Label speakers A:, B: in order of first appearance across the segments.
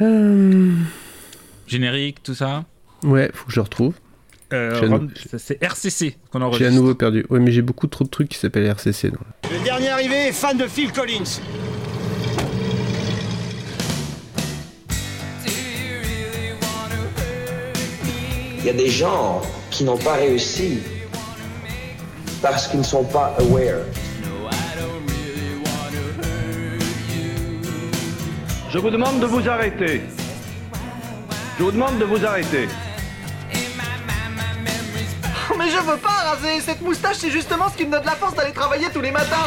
A: Euh,
B: Générique, tout ça.
A: Ouais, faut que je le retrouve.
B: Euh,
A: J'ai un-
B: Ron- C'est RCC qu'on
A: J'ai à
B: enregistre.
A: nouveau perdu. Ouais, mais j'ai beaucoup trop de trucs qui s'appellent RCC. donc.
C: Le dernier arrivé est fan de Phil Collins.
D: Il y a des gens qui n'ont pas réussi parce qu'ils ne sont pas aware.
E: Je vous demande de vous arrêter. Je vous demande de vous arrêter.
F: Mais je veux pas raser Cette moustache, c'est justement ce qui me donne la force d'aller travailler tous les matins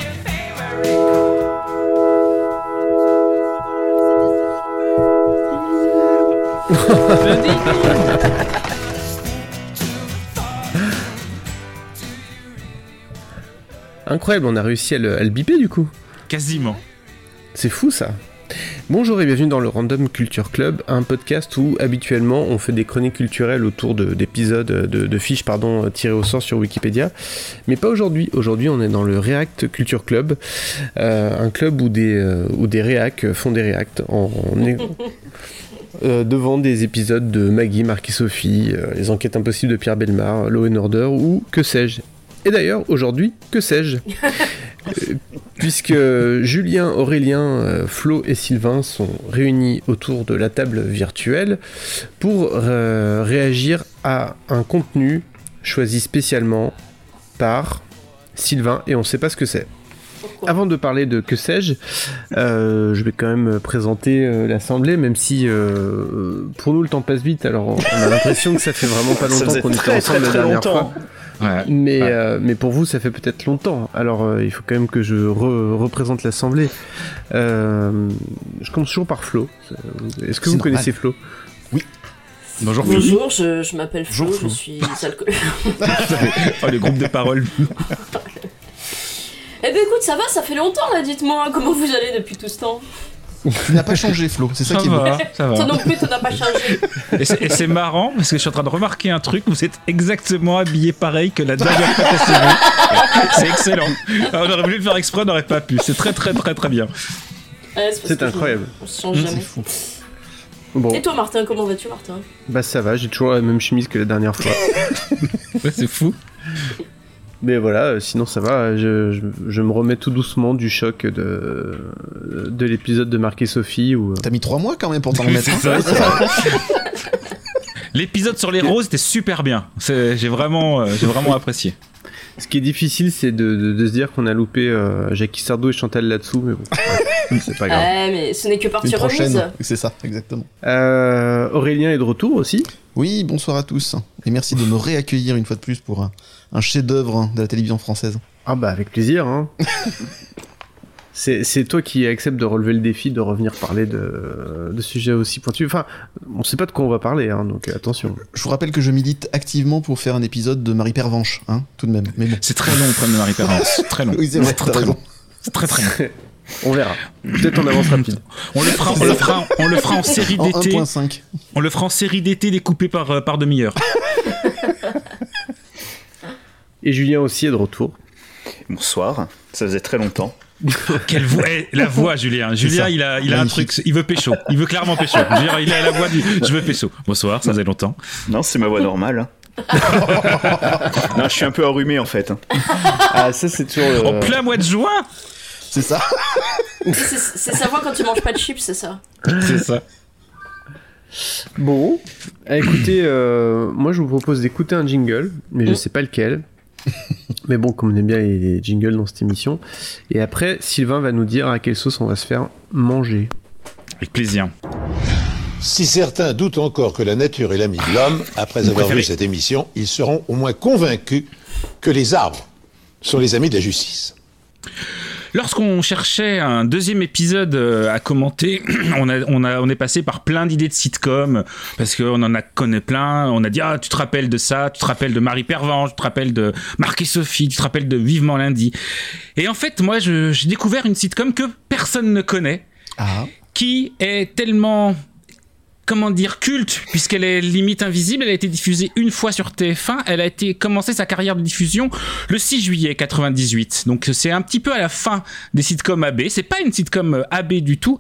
A: Incroyable, on a réussi à le, à le biper du coup.
B: Quasiment.
A: C'est fou ça. Bonjour et bienvenue dans le Random Culture Club, un podcast où habituellement on fait des chroniques culturelles autour de- d'épisodes, euh, de, de fiches pardon, euh, tirées au sort sur Wikipédia. Mais pas aujourd'hui. Aujourd'hui on est dans le React Culture Club, euh, un club où des, euh, où des réacs font des reacts en, en é- euh, devant des épisodes de Maggie, Marc et Sophie, euh, les enquêtes impossibles de Pierre Belmar, Law and Order ou que sais-je. Et d'ailleurs aujourd'hui, que sais-je Euh, puisque Julien, Aurélien, euh, Flo et Sylvain sont réunis autour de la table virtuelle pour euh, réagir à un contenu choisi spécialement par Sylvain et on ne sait pas ce que c'est. Avant de parler de que sais-je, euh, je vais quand même présenter euh, l'assemblée, même si euh, pour nous le temps passe vite, alors on on a l'impression que ça fait vraiment pas longtemps qu'on était ensemble la dernière fois.
B: Ouais.
A: Mais,
B: Ouais.
A: euh, mais pour vous, ça fait peut-être longtemps. Alors, euh, il faut quand même que je re- représente l'Assemblée. Euh, je commence toujours par Flo. Est-ce que vous
G: normal.
A: connaissez Flo
B: Bonjour, Philippe.
H: Bonjour, je, je m'appelle Flo,
B: Bonjour, Flo.
H: je suis alcoolique.
B: Oh, le groupe de parole.
H: eh ben écoute, ça va, ça fait longtemps là, dites-moi, hein, comment vous allez depuis tout ce temps
G: Tu n'as pas changé, Flo, c'est ça,
B: Ça
G: qui est beau.
B: va, ça
H: Toi
B: va.
H: non plus, toi n'as pas changé. Eh,
B: Et c'est- et c'est marrant parce que je suis en train de remarquer un truc. Vous êtes exactement habillé pareil que la dernière fois qu'on s'est vu. C'est excellent. On aurait voulu le faire exprès, on n'aurait pas pu. C'est très, très, très, très bien.
H: Ouais, parce
A: C'est
H: que je-
A: incroyable.
H: On se change jamais.
A: Bon,
H: Et toi Martin, comment vas-tu Martin
A: bah ça va, j'ai toujours la même chemise que la dernière fois.
B: Ouais, c'est fou.
A: mais voilà, euh, sinon ça va. Je, je- je me remets tout doucement du choc de, de l'épisode de Marc et Sophie. Où, euh,
G: T'as mis trois mois quand même pour t'en remettre.
B: C'est
G: un.
B: ça, c'est- L'épisode sur les roses était super bien. C'est- J'ai vraiment, euh, j'ai vraiment apprécié.
A: ce qui est difficile, c'est de, de- de se dire qu'on a loupé euh, Jackie Sardou et Chantal là-dessous. Mais bon, ouais, c'est pas grave.
H: Ouais, Eh, mais ce n'est que partie
G: Une
H: remise.
G: prochaine. C'est ça, exactement.
A: Euh, Aurélien est de retour aussi.
G: Oui, bonsoir à tous. Et merci de me réaccueillir une fois de plus pour un, un chef-d'œuvre de la télévision française.
A: Ah bah avec plaisir. Hein. c'est c'est toi qui acceptes de relever le défi de revenir parler de, de sujets aussi pointus. Enfin, on sait pas de quoi on va parler, hein, donc attention.
G: Je vous rappelle que je milite activement pour faire un épisode de Marie Pervenche, hein, tout de même. Mais bon.
B: C'est très long, le problème de Marie Perrance. Très long.
G: Oui, c'est vrai,
B: très,
G: t'as
B: très
G: raison.
B: long. C'est très, très long.
A: On verra. Peut-être en avance rapide.
B: On le fera, on le fera, on le fera en série
G: En
B: d'été.
G: 1.5.
B: On le fera en série d'été découpée par, euh, par demi-heure.
A: Et Julien aussi est de retour.
I: Bonsoir, ça faisait très longtemps.
B: Quelle voix eh, La voix, Julien. Julien,
G: ça.
B: il a, il a un
G: Magnifique.
B: truc. Il veut pécho. Il veut clairement pécho. Je veux dire, il a la voix du. Je veux pécho. Bonsoir, ça faisait longtemps.
I: Non, c'est ma voix normale. hein. non, je suis un peu enrhumé en fait. hein.
A: Ah ça c'est toujours.
B: En plein mois de juin
G: C'est ça.
H: C'est c'est sa voix quand tu manges pas de chips, c'est ça
B: C'est ça.
A: Bon. Ah, écoutez, euh, moi je vous propose d'écouter un jingle, mais je sais pas lequel. Mais bon, comme on aime bien les- les jingles dans cette émission. Et après, Sylvain va nous dire à quelle sauce on va se faire manger.
B: Avec plaisir.
J: Si certains doutent encore que la nature est l'ami de l'homme, après avoir
B: préférez.
J: vu cette émission, ils seront au moins convaincus que les arbres sont les amis de la justice.
B: Lorsqu'on cherchait un deuxième épisode euh, à commenter, on, a, on, a, on est passé par plein d'idées de sitcom, parce qu'on en a connaît plein. On a dit Ah, tu te rappelles de ça, tu te rappelles de Marie Pervenche, tu te rappelles de Marc et Sophie, tu te rappelles de Vivement lundi. Et en fait, moi, je- j'ai découvert une sitcom que personne ne connaît,
G: Ah.
B: qui est tellement comment dire, culte, puisqu'elle est limite invisible. Elle a été diffusée une fois sur TF1. Elle a été commencé sa carrière de diffusion le 6 juillet 98. Donc c'est un petit peu à la fin des sitcoms AB. C'est pas une sitcom euh, AB du tout.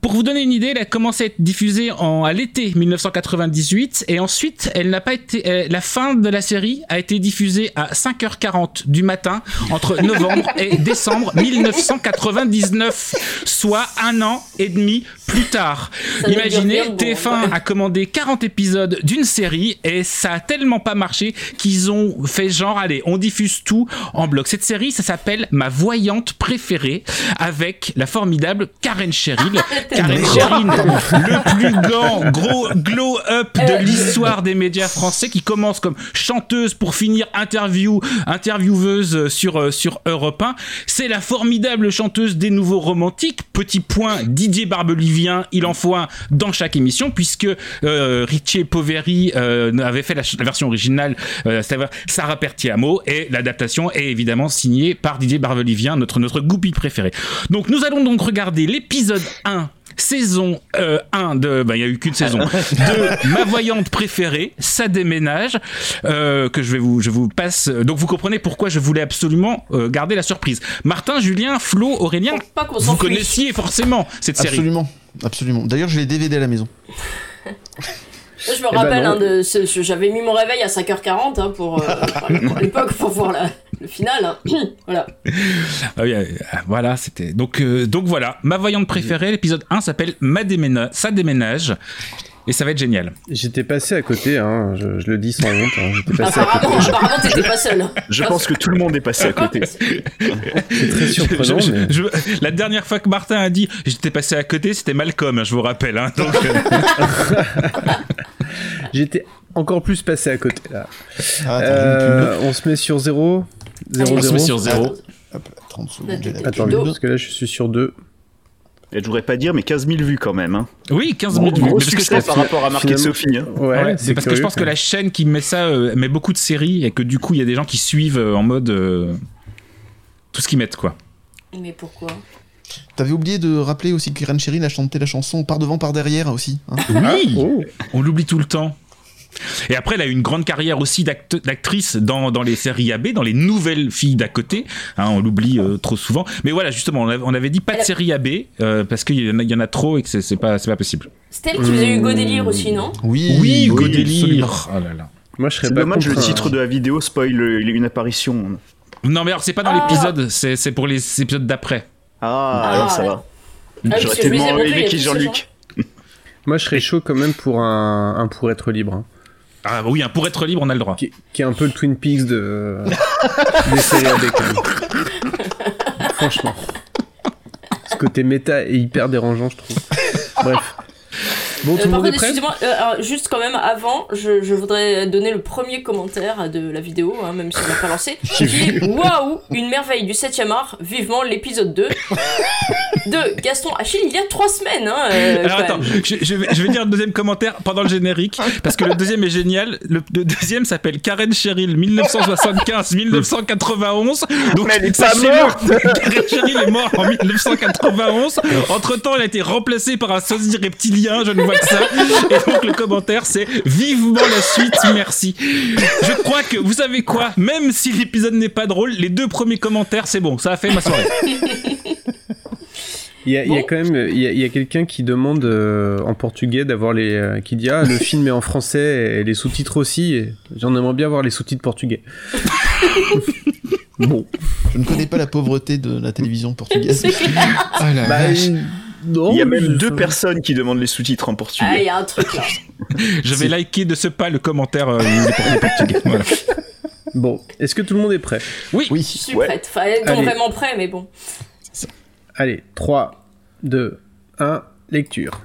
B: Pour vous donner une idée, elle a commencé à être diffusée en, à l'été 1998 et ensuite, elle n'a pas été, euh, la fin de la série a été diffusée à 5h40 du matin entre novembre et décembre 1999, soit un an et demi plus tard.
H: Ça veut dire
B: Imaginez,
H: bien bon.
B: TF1 a commandé 40 épisodes d'une série et ça a tellement pas marché qu'ils ont fait genre, allez, on diffuse tout en bloc. Cette série, ça s'appelle Ma voyante préférée avec la formidable Karen Sherrill. Karen Sherrill, le plus grand gros glow-up
H: Euh,
B: de l'histoire des médias français qui commence comme chanteuse pour finir interview, intervieweuse sur, euh, sur Europe 1. C'est la formidable chanteuse des nouveaux romantiques. Petit point, Didier Barbelivien, il en faut un dans chaque émission puisque euh, Richie Poveri euh, avait fait la, ch- la version originale, euh, c'est-à-dire Sarah Pertiamo et l'adaptation est évidemment signée par Didier Barbelivien, notre, notre goupille préféré. Donc nous allons donc regarder l'épisode 1 saison euh, 1 de ben il y a eu qu'une saison de ma voyante préférée ça déménage euh, que je vais vous je vous passe donc vous comprenez pourquoi je voulais absolument euh, garder la surprise Martin Julien Flo Aurélien
H: Faut pas qu'on
B: vous
H: s'enfuit.
B: connaissiez forcément cette série
G: Absolument, absolument. D'ailleurs, j'ai les DVD à la maison.
H: Moi, je me
A: ben
H: rappelle,
A: non.
H: hein, de ce- ce- j'avais mis mon réveil à 5h40 hein, pour, euh, à l'époque pour voir la- le final. hein. voilà.
B: Ah oui, euh, voilà c'était donc euh, donc voilà ma voyante préférée l'épisode 1 s'appelle ma déménage ça déménage et ça va être génial
A: J'étais passé à côté, hein, je, je le dis sans honte. hein, J'étais passé à côté.
H: Apparemment, apparemment t'étais pas seul. hein. Ah,
I: Je pense que tout le monde est passé à côté.
A: C'est très surprenant.
B: Je- je-
A: mais-
B: je- la dernière fois que Martin a dit j'étais passé à côté c'était Malcolm hein, je vous rappelle hein. donc euh,
A: J'étais encore plus passé à côté. Là.
G: Ah, attends,
A: Euh, on se met sur 0
H: On
B: on se
A: 0
B: met sur zéro
G: j'ai une pub. Hop, 30
H: Ah,
G: secondes, j'ai la pub.
A: Attends, parce que là je suis sur 2.
I: Et je voudrais pas dire, mais 15 000 vues quand même. Hein.
B: oui 15
I: Gros,
B: minutes
I: gros
B: parce que
I: succès
B: c'est-
I: par rapport à Marqué
A: finalement-
I: Sophie. hein.
A: Ouais,
B: Ouais,
A: c'est
B: parce que je pense que la chaîne qui met ça euh, met beaucoup de séries et que du coup il y a des gens qui suivent euh, en mode euh, tout ce qu'ils mettent quoi.
H: Mais pourquoi
G: T'avais oublié de rappeler aussi que Karen Sherry a chanté la chanson Par devant, par derrière aussi. hein.
B: Oui,
A: Oh,
B: Ah, on l'oublie tout le temps. Et après, elle a eu une grande carrière aussi d'acte- d'actrice dans, dans les séries AB, dans les nouvelles filles d'à côté. Hein, on l'oublie euh, trop souvent. Mais voilà, justement, on, avait- on avait dit pas de série AB euh, parce qu'il y, en a- il y en a trop et que c'est- c'est pas, c'est pas possible.
H: C'était elle qui faisait Hugo
I: Hmm.
H: Délire aussi, non
G: Oui,
B: Hugo
G: absolument.
B: Délire. Oh là là.
A: moi je serais
I: C'est
A: pas
I: dommage, le
A: contre un-
I: titre de la vidéo spoil euh, une apparition.
B: Non, mais alors, c'est pas dans
H: Ah.
B: l'épisode, c'est c'est pour les épisodes d'après.
I: Ah,
H: Ah,
I: alors ça
H: ouais.
I: va.
H: Ah oui,
I: J'aurais
H: parce que je vous ai
I: tellement
H: montré, il y
I: aimé
H: a
I: qui
H: tous ces
I: Jean-Luc.
A: Moi je serais chaud quand même pour un, un pour être libre. hein,
B: Ah bah oui, hein, pour être libre, on a le droit.
A: qui, qui est un peu le Twin Peaks de. des séries AB, quand même. Franchement. Ce côté méta est hyper dérangeant, je trouve. Bref. Bon,
H: Euh,
A: tout le
H: par
A: monde est
H: contre,
A: prêt
H: excusez-moi, euh, alors, juste quand même avant, je, je voudrais donner le premier commentaire de la vidéo, hein, même si on l'a pas lancé, qui est Waouh, une merveille du 7 e art, vivement l'épisode 2 de Gaston Achille il y a 3 semaines. Hein, euh,
B: Alors
H: quand
B: attends,
H: même.
B: je, je vais, je vais dire le deuxième commentaire pendant le générique, parce que le deuxième est génial. Le, le deuxième s'appelle Karen Cheryl 1975-1991. Donc
I: Mais elle est pas
B: sachez-le, Karen Cheryl est morte en 1991. Entre temps, elle a été remplacée par un sosie reptilien, je ne vois que ça. Et donc le commentaire c'est vivement la suite, merci. Je crois que vous savez quoi, même si l'épisode n'est pas drôle, les deux premiers commentaires c'est bon, ça a fait ma soirée.
A: Il y, a, il y a
H: Bon.
A: quand même il y a, il y a quelqu'un qui demande euh, en portugais d'avoir les euh, qui dit ah le film est en français et les sous-titres aussi. Et J'en aimerais bien voir les sous-titres portugais. bon.
G: Je ne connais pas la pauvreté de la télévision portugaise.
H: C'est clair.
G: Ah la
A: Bah, non,
I: Il y a
A: mais
I: même
A: je-
I: deux personnes qui demandent les sous-titres en
H: Ah, il
I: portugais.
H: y a un truc là.
B: Je vais liker de ce pas le commentaire euh, des portugais. Voilà.
A: Bon, est-ce que tout le monde est prêt
H: Je
G: Oui,
H: suis
I: Ouais.
H: prête. Enfin, non,
A: Allez.
H: vraiment prêt, mais bon.
A: Allez, 3 2 1 lecture.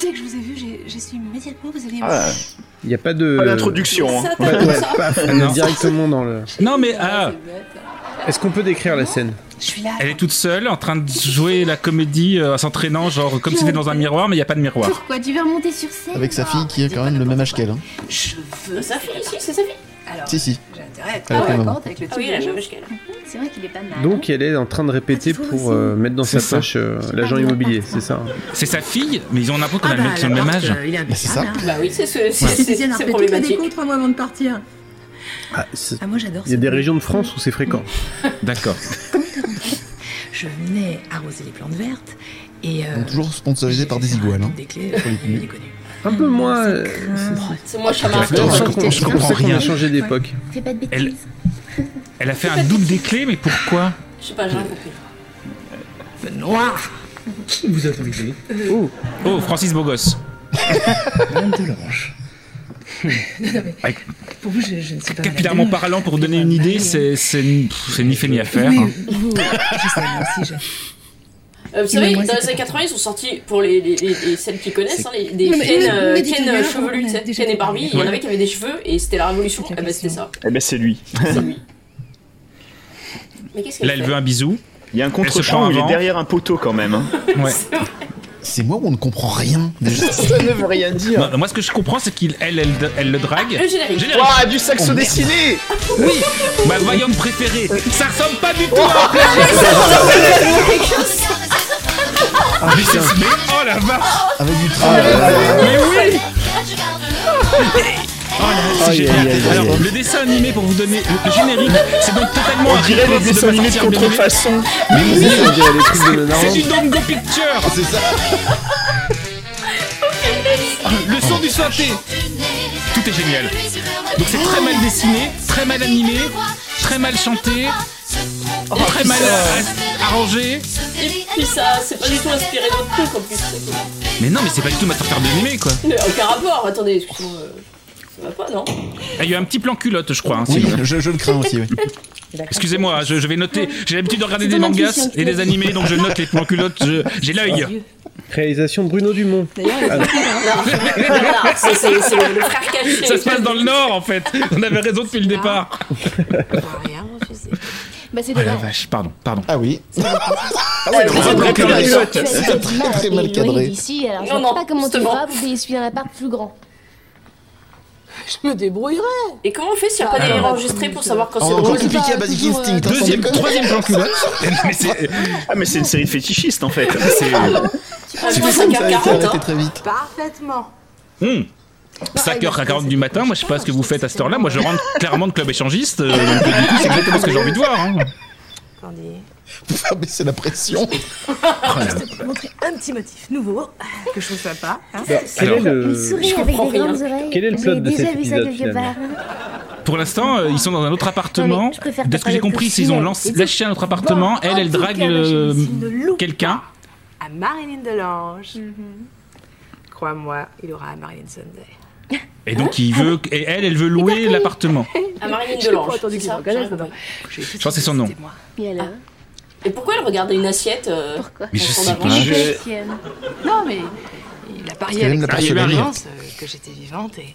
K: Dès que je vous ai vu, j'ai- je suis immédiatement, vous avez...
I: Ah,
A: Il n'y a pas de
E: Ah,
I: pas d'introduction. hein.
H: Ça,
A: Ouais,
H: t'as
A: ouais,
H: vu ça
A: paf, on est
B: Non.
A: directement dans le
B: Non mais ah,
A: Est-ce qu'on peut décrire la scène
K: Je suis là.
B: elle est toute seule en train de jouer la comédie euh, en s'entraînant genre comme si c'était dans un miroir mais il y a pas de miroir.
K: Pourquoi Tu veux remonter sur scène
G: avec sa fille qui est quand même le même âge qu'elle. hein.
K: Je veux...
H: Sa fille, si, c'est sa fille.
K: Alors,
G: Si, si.
K: j'ai intérêt à être
G: Elle a
K: en
G: pas maman.
K: vacances avec le
H: Ah
K: type
H: oui,
K: de
H: la
K: jeu.
H: jeune qu'elle.
K: C'est vrai qu'il est pas mal.
A: Donc elle est en train de répéter pour euh, mettre dans
B: C'est
A: sa
B: ça.
A: poche euh, l'agent immobilier, c'est ça hein
B: C'est sa fille, mais ils ont l'impression qu'on
L: Ah
B: a le
L: bah,
B: mec qui a le
L: alors,
B: même âge.
L: euh, il est Bah, c'est impeccable,
H: Bah oui, c'est ce, c'est-
L: Ouais.
H: c'est-
L: Suzanne
H: c'est
L: Arpète,
H: problématique.
L: tout contre moi avant de partir.
A: Ah, c'est-
L: Ah, moi, j'adore
A: Il y a
L: ce
A: des
L: mot.
A: régions de France où c'est fréquent.
B: D'accord.
L: Je venais arroser les plantes vertes et euh,
G: Donc toujours sponsorisé par des iguanes. Hein.
L: des clés.
G: Pour les tenus.
A: Un peu moins. euh,
H: C'est
A: Ah,
H: moi, Chamar.
A: Attends, je comprends- je comprends rien.
K: Fais pas de bêtises.
B: Elle... Elle a fait un double des clés, mais pourquoi
H: Je sais pas, j'ai rien compris.
B: Noir Qui vous a invité oh. oh, Francis Bogos.
L: Pour vous, je, je ne suis pas.
B: Capillairement
L: malade.
B: parlant, pour donner une idée, c'est c'est ni c'est ni fait ni à faire.
L: Oui,
B: hein.
L: vous- je sais, moi aussi, je-
H: Euh, vous
L: Mais
H: savez,
L: moi,
H: dans
L: c'est
H: les années 80, ils ont sorti, pour les, les, les- les- celles qui connaissent,
L: C'est-
H: hein, les, des
L: Non, mais-
H: Ken,
L: mais-
H: euh,
L: mais
H: Ken
L: dites-le, alors,
H: chevelus,
L: on a
H: tu sais,
L: déjà
H: Ken et Barbie, il y en
B: Ouais.
H: avait qui avaient des cheveux et c'était la révolution. Eh ben, c'était ça.
I: Eh ben, c'est lui.
H: Mais qu'est-ce qu'elle
B: Là, elle veut un bisou.
I: Il y a un
B: Elle se prend
I: contre-champ, il
B: avant.
I: est derrière un poteau quand même. hein.
G: C'est moi où on ne comprend rien. Déjà,
I: Ça ne veut rien dire.
B: Non, non, moi, ce que je comprends, c'est qu'elle, elle, elle, elle le drague. Oh,
I: Ah, le générique. Ouah, du saxo
B: merde.
I: dessiné
B: Oui Ma voyante préférée Ça ressemble pas du tout
I: Oh,
B: à un plagiat. Ah, mais c'est- mais- Oh la vache
G: Avec du
B: Oh là là. Mais oui Oh là, c'est
I: Aïe,
B: génial.
I: aïe, aïe, aïe.
B: Alors, le dessin animé pour vous donner le générique, c'est donc totalement
I: On
B: un
I: dirait
B: rip-off
I: les dessins
B: Bastien
I: animés de
B: Bélier.
I: contrefaçon.
B: Mais
I: Oui,
B: oui,
I: on dirait les trucs de Nana
B: C'est
I: Rand.
B: du Dango Picture
G: Ah, C'est ça
B: Le son du synthé Tout est génial. Donc c'est très mal dessiné, très mal animé, très mal chanté,
G: Oh,
B: très mal euh, arrangé.
H: fait Et puis ça, c'est pas du tout inspiré d'autres trucs en plus.
B: Mais non, mais c'est pas du tout ma torture d'animé quoi.
H: Mais Aucun rapport, attendez, excuse-moi. euh, Ça va pas, non
B: Ah, Il y a eu un petit plan culotte, je crois. hein,
G: Oui,
B: sinon.
G: je, je le crains aussi, oui.
B: Excusez-moi, hein, je, je vais noter. J'ai l'habitude de regarder
A: C'est
B: des
A: ton
B: mangas
L: hein,
A: intuition qui
B: et des
A: fait.
B: animés, donc je note les plans culottes. je- J'ai l'œil.
A: Réalisation de Bruno Dumont. Ah, non.
H: c'est- c'est- c'est le- le frère
L: Ah,
H: caché.
B: Ça se passe dans le Nord en fait. On avait raison depuis le départ.
K: Bah, c'est
B: Oh la
K: dommage.
B: vache, pardon, pardon.
G: Ah oui.
K: Ah
B: ouais, donc, c'est très
K: culotte.
B: mal cadré.
K: C'est
G: très, très mal cadré.
K: D'ici, alors je
H: Non,
K: vois
H: non,
K: pas comment tu
H: justement.
K: vas vous essuyer un appart plus grand.
H: Je me débrouillerai. Et comment on fait s'il n'y a pas
L: Ah,
H: des
B: Alors.
H: enregistrés pour savoir
I: Oh,
H: quand
G: On
H: c'est
G: va encore
H: drôle
K: Bah,
G: compliqué à Basic Instinct. hein, sans
I: Deuxième-
G: déconner.
I: troisième plan
B: culotte.
I: mais c'est... Ah, mais c'est une série fétichiste en fait. C'est... oh,
H: Ah, je pense
G: C'est fou,
H: à
G: ça a été
H: 40,
G: arrêté
H: hein.
G: très vite.
L: Parfaitement.
B: Hmm.
L: Bah,
B: 5h40 du matin, moi je sais pas ce que vous faites à cette heure-là. Moi je rentre clairement de club échangiste, euh, donc du coup c'est exactement ce que j'ai envie de voir. hein.
G: Pour faire baisser la pression.
L: Je vais te montrer un petit motif nouveau que je trouve sympa. hein.
A: Bah, quel est le-
K: Souris avec des
H: rien.
K: grandes oreilles.
A: Quel est le plot
K: J'ai
A: de
K: déjà
A: cet
K: vu ça
A: épisode,
K: de vieux
A: finalement
K: parrain.
B: Pour l'instant, euh, ils sont dans un autre
K: Non,
B: appartement.
K: mais je préfère
B: De ce que j'ai
K: pas parler
B: compris,
K: de
B: c'est ils ont
K: cinéma.
B: lancé- lâché un autre
H: Oh,
B: appartement. Elle, elle drague euh, le- quelqu'un.
L: À Marilyn Delange.
H: Mhm.
L: Crois-moi, il aura à Marilyn Sunday.
B: Et donc il veut, et elle, elle veut louer l'appartement.
H: À
L: Je
H: Marilyn
L: l'ai pas
H: Delange.
L: entendu
H: c'est
L: qu'il
H: ça,
L: s'engage,
H: j'arrive pas.
B: Je crois que c'est son nom.
K: Et alors
H: Et pourquoi elle regardait une assiette euh,
B: Mais je
H: dans son
B: sais
H: avant-
B: pas.
I: Je-
L: Non, mais il a
G: qu'il
L: parié
G: aime
L: avec
G: la
L: sa
G: porcelaine.
L: présence, euh, que j'étais vivante et.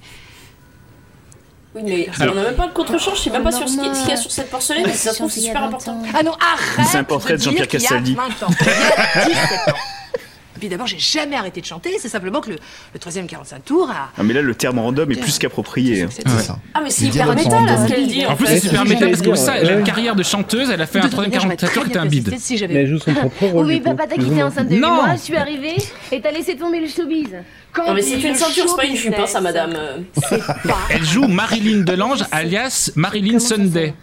H: Oui, mais
I: Alors-
H: on a même pas de contre-change, je sais même pas sur ce qui- ce
K: Normal.
H: qu'il y a sur cette porcelaine, mais si ça se trouve, Ah, c'est super important.
L: Ah non, arrête
I: C'est un portrait de Jean-Pierre
L: dire qu'il y a
I: Castaldi.
L: 20 ans, il y a 17 ans. Et Puis d'abord, j'ai jamais arrêté de chanter, c'est simplement que le, le troisième 45 tours a.
I: Ah, mais là, le terme random est plus qu'approprié.
G: C'est ça.
H: Ah, mais c'est
G: Les
H: hyper
G: dialogues
H: métal,
G: sont
H: là, ce
G: dingues.
H: qu'elle dit.
B: En plus,
H: fait.
B: c'est super métal parce que ça, elle a
A: Ouais.
B: une carrière de chanteuse, elle a fait un troisième
L: J'aurais très
B: 44 qui était
L: bien
B: un bide.
L: persisté Si j'avais
A: Mais elle joue son propre rôle.
K: Oui,
A: du coup,
K: papa t'a
A: plus ou
K: quitté
A: moins.
K: enceinte de 8
B: Non.
K: mois, je suis arrivée et t'as laissé tomber le showbiz. Quand
H: Non, mais
K: il
H: c'est
K: y a
H: une
K: le
H: ceinture, c'est pas
K: show
H: une jupe, hein, ça,
K: business,
H: madame. euh.
B: Elle joue Marilyn Delange, alias Marilyn Sunday.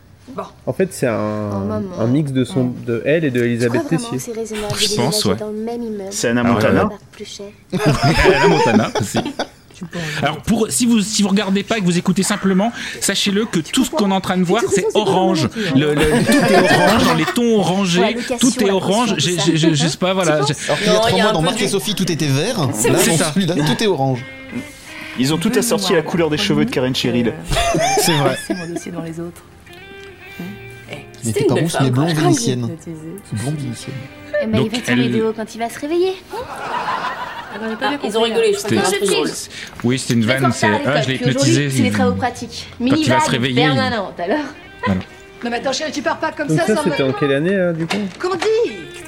A: En fait, c'est un, un mix de son de elle et de
K: Je crois
A: Elisabeth
K: vraiment que
A: Tessier.
K: c'est raisonnable de
B: Je pense,
K: déménager
B: ouais.
K: dans le même immeuble.
I: C'est Anna
B: Ah ouais,
I: Montana.
K: Ça coûte plus cher.
B: Anna Montana aussi. Alors pour si vous si vous regardez pas et que vous écoutez simplement, sachez-le que tout ce qu'on est en train de voir c'est orange. Le, le- tout est orange, dans les tons orangés,
K: Ouais, location,
B: tout est
K: la
B: orange.
K: caution,
B: J'ai-
K: tout ça.
B: j'ai- j'ai- Je sais pas voilà. j'ai-
G: Alors qu'il y a
H: Non, il y
G: trois
H: a
G: mois
H: un
G: dans
H: peu
G: Marc et
H: du-
G: Sophie, tout était vert. Là,
H: C'est
B: vrai.
G: dans celui-là, tout est orange.
I: Ils ont tout assorti à la couleur des cheveux de Karen Cheryl.
G: C'est vrai.
L: C'est mon dossier dans les autres.
G: Il
H: C'était
G: était pas
H: une belle
G: rousse,
H: femme,
G: mais blond
H: quoi.
G: vénitienne.
L: Hypnotisée.
G: Blond vénitienne.
K: Eh ben, il
B: Donc,
K: va tirer
B: elle-
K: de haut quand il va se réveiller.
L: Attends, j'ai pas
H: Ah,
L: bien
H: Ils
L: compris,
H: ont
L: là.
H: rigolé, je crois
B: C'était-
H: que c'est un truc drôle.
B: Oui c'était une vanne. C'est ah je l'ai hypnotisé.
K: C'est les travaux pratiques.
B: il va se
K: Minivan
B: réveiller, il-
K: permanente, alors.
L: Non, mais attends, chérie, tu pars pas comme
A: Donc
L: ça
A: ça,
L: sans me.
A: hein, c'était en quelle année, euh, du coup
L: Comment dire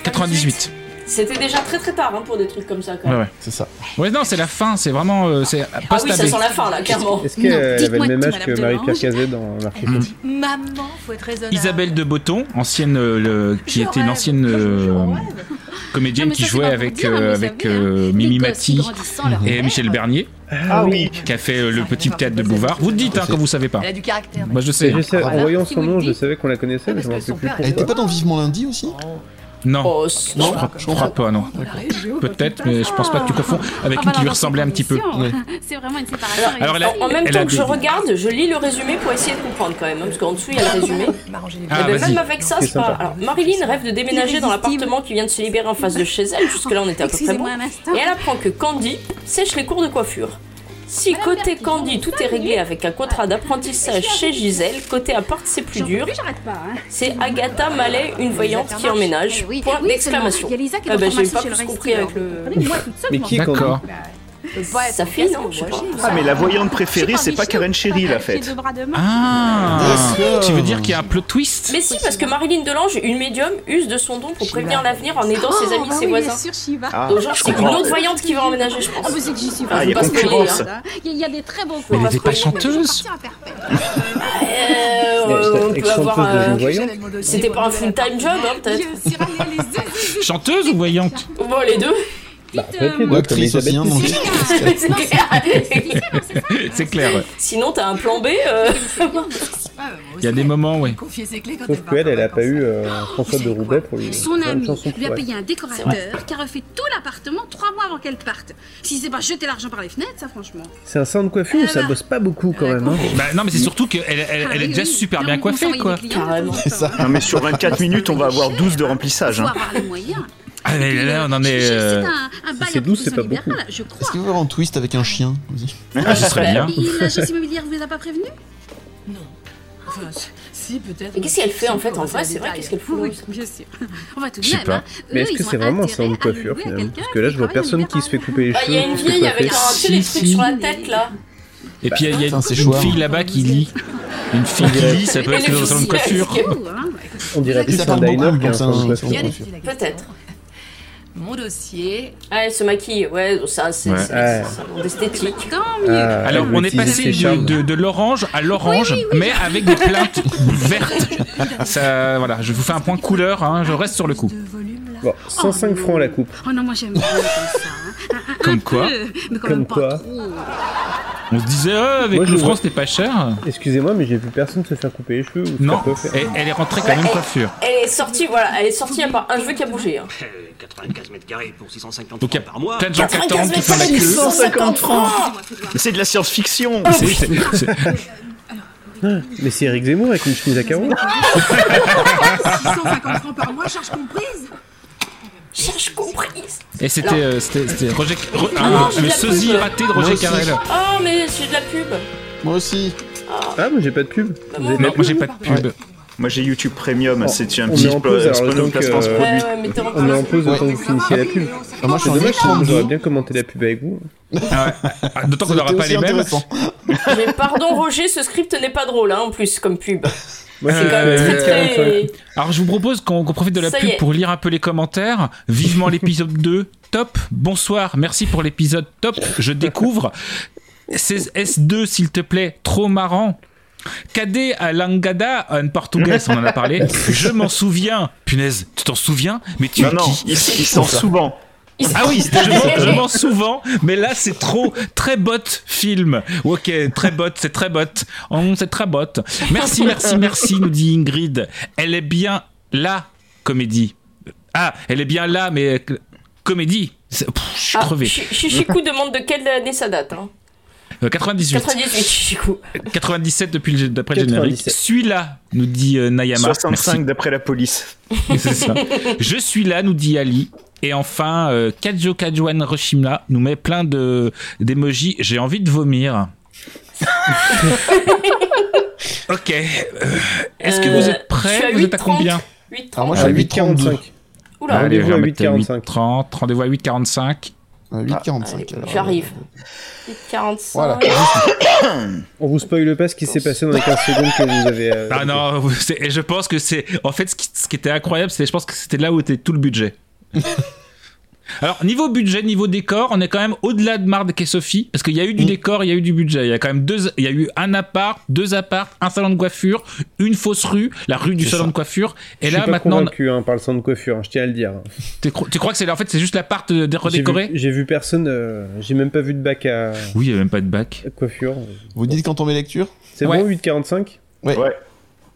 B: 98.
H: C'était déjà très très tard hein, pour des trucs comme ça. Quand
B: Ouais,
H: même.
B: ouais.
G: C'est ça.
B: Ouais, non, c'est la fin, c'est vraiment. euh, c'est
H: Ah oui, ça sent la fin là, clairement.
A: Est-ce qu'elle avait le même âge que Marie-Pierre Cazet dans Marseille
B: Mm.
L: Maman, faut être raisonnable.
B: Isabelle de Botton, ancienne, euh, le- qui
L: Je
B: était une
L: rêve.
B: ancienne euh, comédienne
L: Non, mais
B: qui
L: ça, c'est
B: jouait
L: pas pour
B: avec,
L: dire, hein,
B: euh,
L: mais
B: avec
L: vous savez,
B: euh,
L: hein, les
B: Mimi
L: gosses qui
B: Mati
L: grandissent sans leur
B: et
L: mère.
B: Michel Bernier,
A: Ah
B: qui a fait euh, le petit théâtre de Bouvard. Vous le dites hein, quand vous savez pas.
L: Elle a du caractère.
B: Moi Bah, je sais.
A: Je sais, en
L: Voilà.
A: voyant
L: Si
A: son
L: vous
A: nom,
L: le
A: je
L: dites.
A: savais qu'on la connaissait, mais je m'en
L: parce que
A: rappelle
L: son
A: plus
L: père
A: pourquoi.
G: Elle était pas dans Vivement lundi aussi
B: Non,
H: Oh,
B: non, je crois, je crois pas, non. Peut-être, mais je pense pas que tu confonds
L: Ah,
B: avec
L: bah,
B: une qui lui ressemblait un petit peu.
K: C'est vraiment une séparation.
H: Alors,
B: Alors, elle a-
H: en- en même
B: elle a
H: temps que
B: deux-
H: je regarde, je lis le résumé pour essayer de comprendre quand même, hein, parce qu'en dessous il y a le résumé.
B: Ah,
H: Eh ben,
B: vas-y.
H: même avec ça,
B: C'est
H: c'est pas.
B: sympa.
H: Alors, Marilyn rêve de déménager dans l'appartement qui vient de se libérer en face de chez elle. Jusque-là, on était à peu près bon.
K: Excusez-moi un instant.
H: Et elle apprend que Candy sèche les cours de coiffure. Si côté Candy, tout est réglé avec un contrat d'apprentissage chez Gisèle, côté appart, c'est plus dur.
K: J'arrête pas. hein.
H: C'est Agatha Mallet, une voyante qui emménage.
K: Oui,
H: Point
K: oui,
H: d'exclamation.
K: seulement, il y a Lisa qui est
H: Ah
K: en
H: ben, j'ai
K: formation
H: pas
K: chez le
H: plus
K: reste
H: compris avec le.
K: Moi, toute seule,
A: Mais
K: moi.
A: qui est Candy
B: D'accord.
H: Sa fille, non Je sais pas.
I: Ah, mais la voyante préférée, c'est pas Karen Sherry, la
K: J'ai
I: fête.
K: deux bras de main.
B: Ah,
G: D'accord.
B: tu veux dire qu'il y a un plot twist
H: Mais si, parce que Marilyn Delange, une médium, use de son don pour prévenir l'avenir en aidant ses amis,
K: bah
H: ses
K: oui,
H: voisins.
K: Bien sûr, j'y vais.
I: Ah,
H: Donc genre,
I: je
H: c'est une
I: comprends.
H: autre voyante qui va emménager, je pense.
K: Ah, vous c'est que j'y suis
I: Ah,
K: pas.
I: il y a
H: Parce que-
I: concurrence.
K: Il y a des très
H: hein.
K: bons
B: Mais elle
K: cours.
B: n'était pas chanteuse
H: Euh,
A: Mais c'était
H: on peut
A: ex-chanteuse
H: avoir...
A: de
H: euh,
A: Jeune Voyante.
H: C'était pas un full-time job, hein, peut-être
B: Chanteuse ou voyante
H: Bon, les deux.
A: Bah, peut-être les
G: Ou
A: deux, comme
G: actrice
A: Elisabeth
G: aussi, hein,
A: Tissot.
G: donc.
H: C'est clair.
B: C'est clair, ouais.
H: Sinon, t'as un plan B. euh,
B: Il y a des moments, ouais.
L: Confier ses clés quand
A: Sauf qu'elle, elle a pas eu euh, François de Roubaix pour lui
K: Son
A: faire une
K: ami
A: chanson
K: lui a
A: pour elle.
K: payé un décorateur qui a refait tout l'appartement trois mois avant qu'elle parte. Si c'est pas jeter l'argent par les fenêtres, ça franchement.
A: C'est un salon de coiffure où ça bosse pas beaucoup quand même. hein.
B: Bah, non, mais c'est surtout qu'elle elle,
L: Ah,
B: elle est déjà super bien coiffée, quoi.
H: Carrément.
I: Non, mais sur 24 minutes, on va avoir 12 de remplissage.
K: Faut
I: hein.
K: avoir les moyens.
B: Ah, mais là, on en est. euh,
A: c'est douce, c'est pas
K: libérale, je
G: Est-ce
K: crois.
G: qu'il veut avoir un twist avec un chien aussi
B: Ah, ce serait bien.
K: Et l'agence immobilière vous les a pas prévenus
L: Enfin, si, peut-être.
H: Mais qu'est-ce qu'elle fait, en fait, en
L: On
H: vrai
L: va
H: C'est
L: dans
H: vrai,
L: les
H: qu'est-ce qu'elle fout
K: Oui,
H: là
K: bien sûr. On va tout de
B: Je sais
K: même.
B: pas.
K: hein.
A: Mais
K: Eux,
A: est-ce
K: ils
A: que
K: ont
A: c'est vraiment un
K: intérêt
A: salon de
K: à
A: coiffure
K: louer à
A: finalement
K: quelqu'un
A: Parce que là, je vois
K: qui
A: personne
K: travaille
A: qui se fait couper les
H: Bah, il y a
A: cheveux.
H: une
A: qui se fait
H: vieille avec
A: coiffer.
H: un, tu sais, les trucs
B: Si,
H: sur la
B: si.
H: tête, là.
B: Et puis, il y a- il y a
G: Putain, c'est
B: une
G: chouard.
B: fille là-bas qui lit. Une fille qui lit, ça peut
H: Et
B: être dans un salon de
H: les filles,
B: coiffure.
H: elles-
K: au bureau, hein.
A: On dirait
G: Et
A: plus
G: ça
A: un
G: parle
A: diner
G: beaucoup
A: qu'un
G: comme ça,
A: salon de
G: un salon
L: Il
A: coiffure.
L: y a des filles, la question.
H: Peut-être.
L: Mon dossier.
H: Ah, elle se maquille, ouais, ça, c'est
B: Ouais.
H: c'est- c'est un salon d'esthétique.
K: Tant mieux.
A: Ah, elle
B: Alors,
A: veut
B: on est
A: utiliser
B: passé
A: ses
B: de,
A: charmes.
B: de, de l'orange à l'orange, mais avec des plaintes vertes. Ça, voilà, je vous fais un point couleur, hein, je reste sur le coup.
K: De volume là.
A: Bon, 105 francs la coupe.
K: Oh non, moi j'aime bien comme ça. hein. Un- un
B: Comme quoi
K: peu, Mais quand
A: Comme
K: même pas
A: quoi
K: trop.
B: On se disait, euh, avec
A: Moi, je
B: le
A: vois.
B: France, c'était pas cher.
A: Excusez-moi, mais j'ai vu personne se faire couper les cheveux ou se
B: Non,
A: faire coiffer.
B: et- elle est rentrée quand même
H: elle-
B: coiffure.
H: Elle est sortie, voilà, elle est sortie, il n'y a pas un cheveu qui a bougé. Hein.
E: 95 Euh, mètres carrés pour 650
B: Donc, il y a
E: francs par mois.
B: plein de gens qui attendent, qui
H: mètres
B: font la
H: carrés,
B: queue.
H: 150 francs
I: Mais C'est de la science-fiction.
B: C'est- c'est- c'est-
A: Mais c'est Eric Zemmour avec une chemise à carreaux.
L: 650 francs par mois, charge comprise
H: Cherche comprise
B: Et c'était euh, c'était- c'était Roger- Ro-
H: Ah non,
B: un-
H: j'ai
B: le
H: de la
B: sosie
H: pub.
B: raté de Roger
G: aussi.
B: Carrel.
H: Oh, mais c'est de la pub
G: Moi aussi.
A: Ah, mais j'ai pas de pub. Vous avez de la
B: Non, moi j'ai
A: pub
B: pas de pub.
I: Moi, j'ai YouTube Premium.
A: Oh,
I: C'est un
A: on
I: petit
A: est en pause,
I: spo-
A: alors,
I: spo-
A: donc,
I: placement
A: euh,
I: produit.
H: Ouais, ouais, mais t'es en
A: On est en
H: trainte.
A: pause
G: Ouais.
A: autant que vous finissiez la pub.
G: Ah, moi je suis
A: C'est
G: en
A: dommage,
G: écran
A: j'aurais
G: deux.
A: bien commenté la pub avec vous.
B: Ah ouais. Ah, D'autant qu'on
G: Ça
B: n'aura
G: aurait
B: pas
G: été
B: les
G: aussi
B: mêmes.
G: intéressant.
H: Mais pardon, Roger, ce script n'est pas drôle, hein, en plus, comme pub.
A: Moi,
H: C'est quand même
B: Euh,
H: très très.
A: 45.
B: Alors je vous propose qu'on qu'on profite de la
H: Ça y
B: pub
H: est.
B: pour lire un peu les commentaires. Vivement l'épisode 2. Top. Bonsoir. Merci pour l'épisode. Top. Je découvre. C'est S2 s'il te plaît. Trop marrant. Cadet à Langada, en portugais, on en a parlé. Je m'en souviens. Punaise, tu t'en souviens Mais tu es
I: Non, non,
B: qui
I: ils ils sortent souvent.
B: Ah oui, c'était- je m'en- je m'en souvent, mais là c'est trop très bot film. Ok, très bot, c'est très bot. Oh, c'est très bot. Merci, merci, merci, nous dit Ingrid. Elle est bien là, comédie. Ah, elle est bien là, mais euh, comédie. C'est- pff, je suis
H: Ah,
B: crevé.
H: Chi- Chichiku demande de quelle année ça date. Hein.
B: Euh, 98,
H: 98, Chichiku.
B: 97 depuis le- d'après le générique.
A: 97.
B: Celui-là, nous dit euh, Nayama.
I: 65 d'après la police.
B: Merci. C'est ça. Je suis là, nous dit Ali. Et enfin, euh, Kajo Kajuan Roshima nous met plein de d'émojis. J'ai envie de vomir. ok. euh, Est-ce que
H: Euh,
B: vous
H: je suis
B: êtes
H: à
B: prêts Vous êtes à
H: 8,30.
B: combien
H: 8,
G: Alors moi je
A: À
G: suis à 8,42.
A: 8,45.
H: Oula,
A: Allez. Rendez-vous à
B: je vais mettre
A: 8,45.
B: 8,30. Rendez-vous à 8,45.
G: À 8,45. alors.
H: Ah, j'arrive. 45.
G: Voilà.
A: On vous spoile pas ce qui s'est passé dans les 15 secondes que vous avez. euh,
B: Ah non, vous- c'est- et je pense que c'est. En fait, ce qui, ce qui était incroyable, c'est je pense que c'était là où était tout le budget. Alors, niveau budget, niveau décor, on est quand même au-delà de Mardek et Sophie, parce qu'il y a eu
A: Mm.
B: du décor, il y a eu du budget. Il y a quand même deux, il y a eu un appart, deux apparts, un salon de coiffure, une fausse rue, la rue du
A: C'est
B: salon
A: ça.
B: de coiffure. Et
A: je
B: là,
A: suis pas
B: maintenant,
A: convaincu hein, par le centre de coiffure, hein, je tiens à le dire.
B: tu cro- tu crois que c'est en fait c'est juste l'appart euh, dé-
A: J'ai
B: redécoré
A: vu, j'ai vu personne, euh, j'ai même pas vu de bac à.
B: Oui, il n'y a même pas de bac.
A: Coiffure.
G: Vous dites quand on met lecture
A: C'est bon, 8,45
G: Ouais.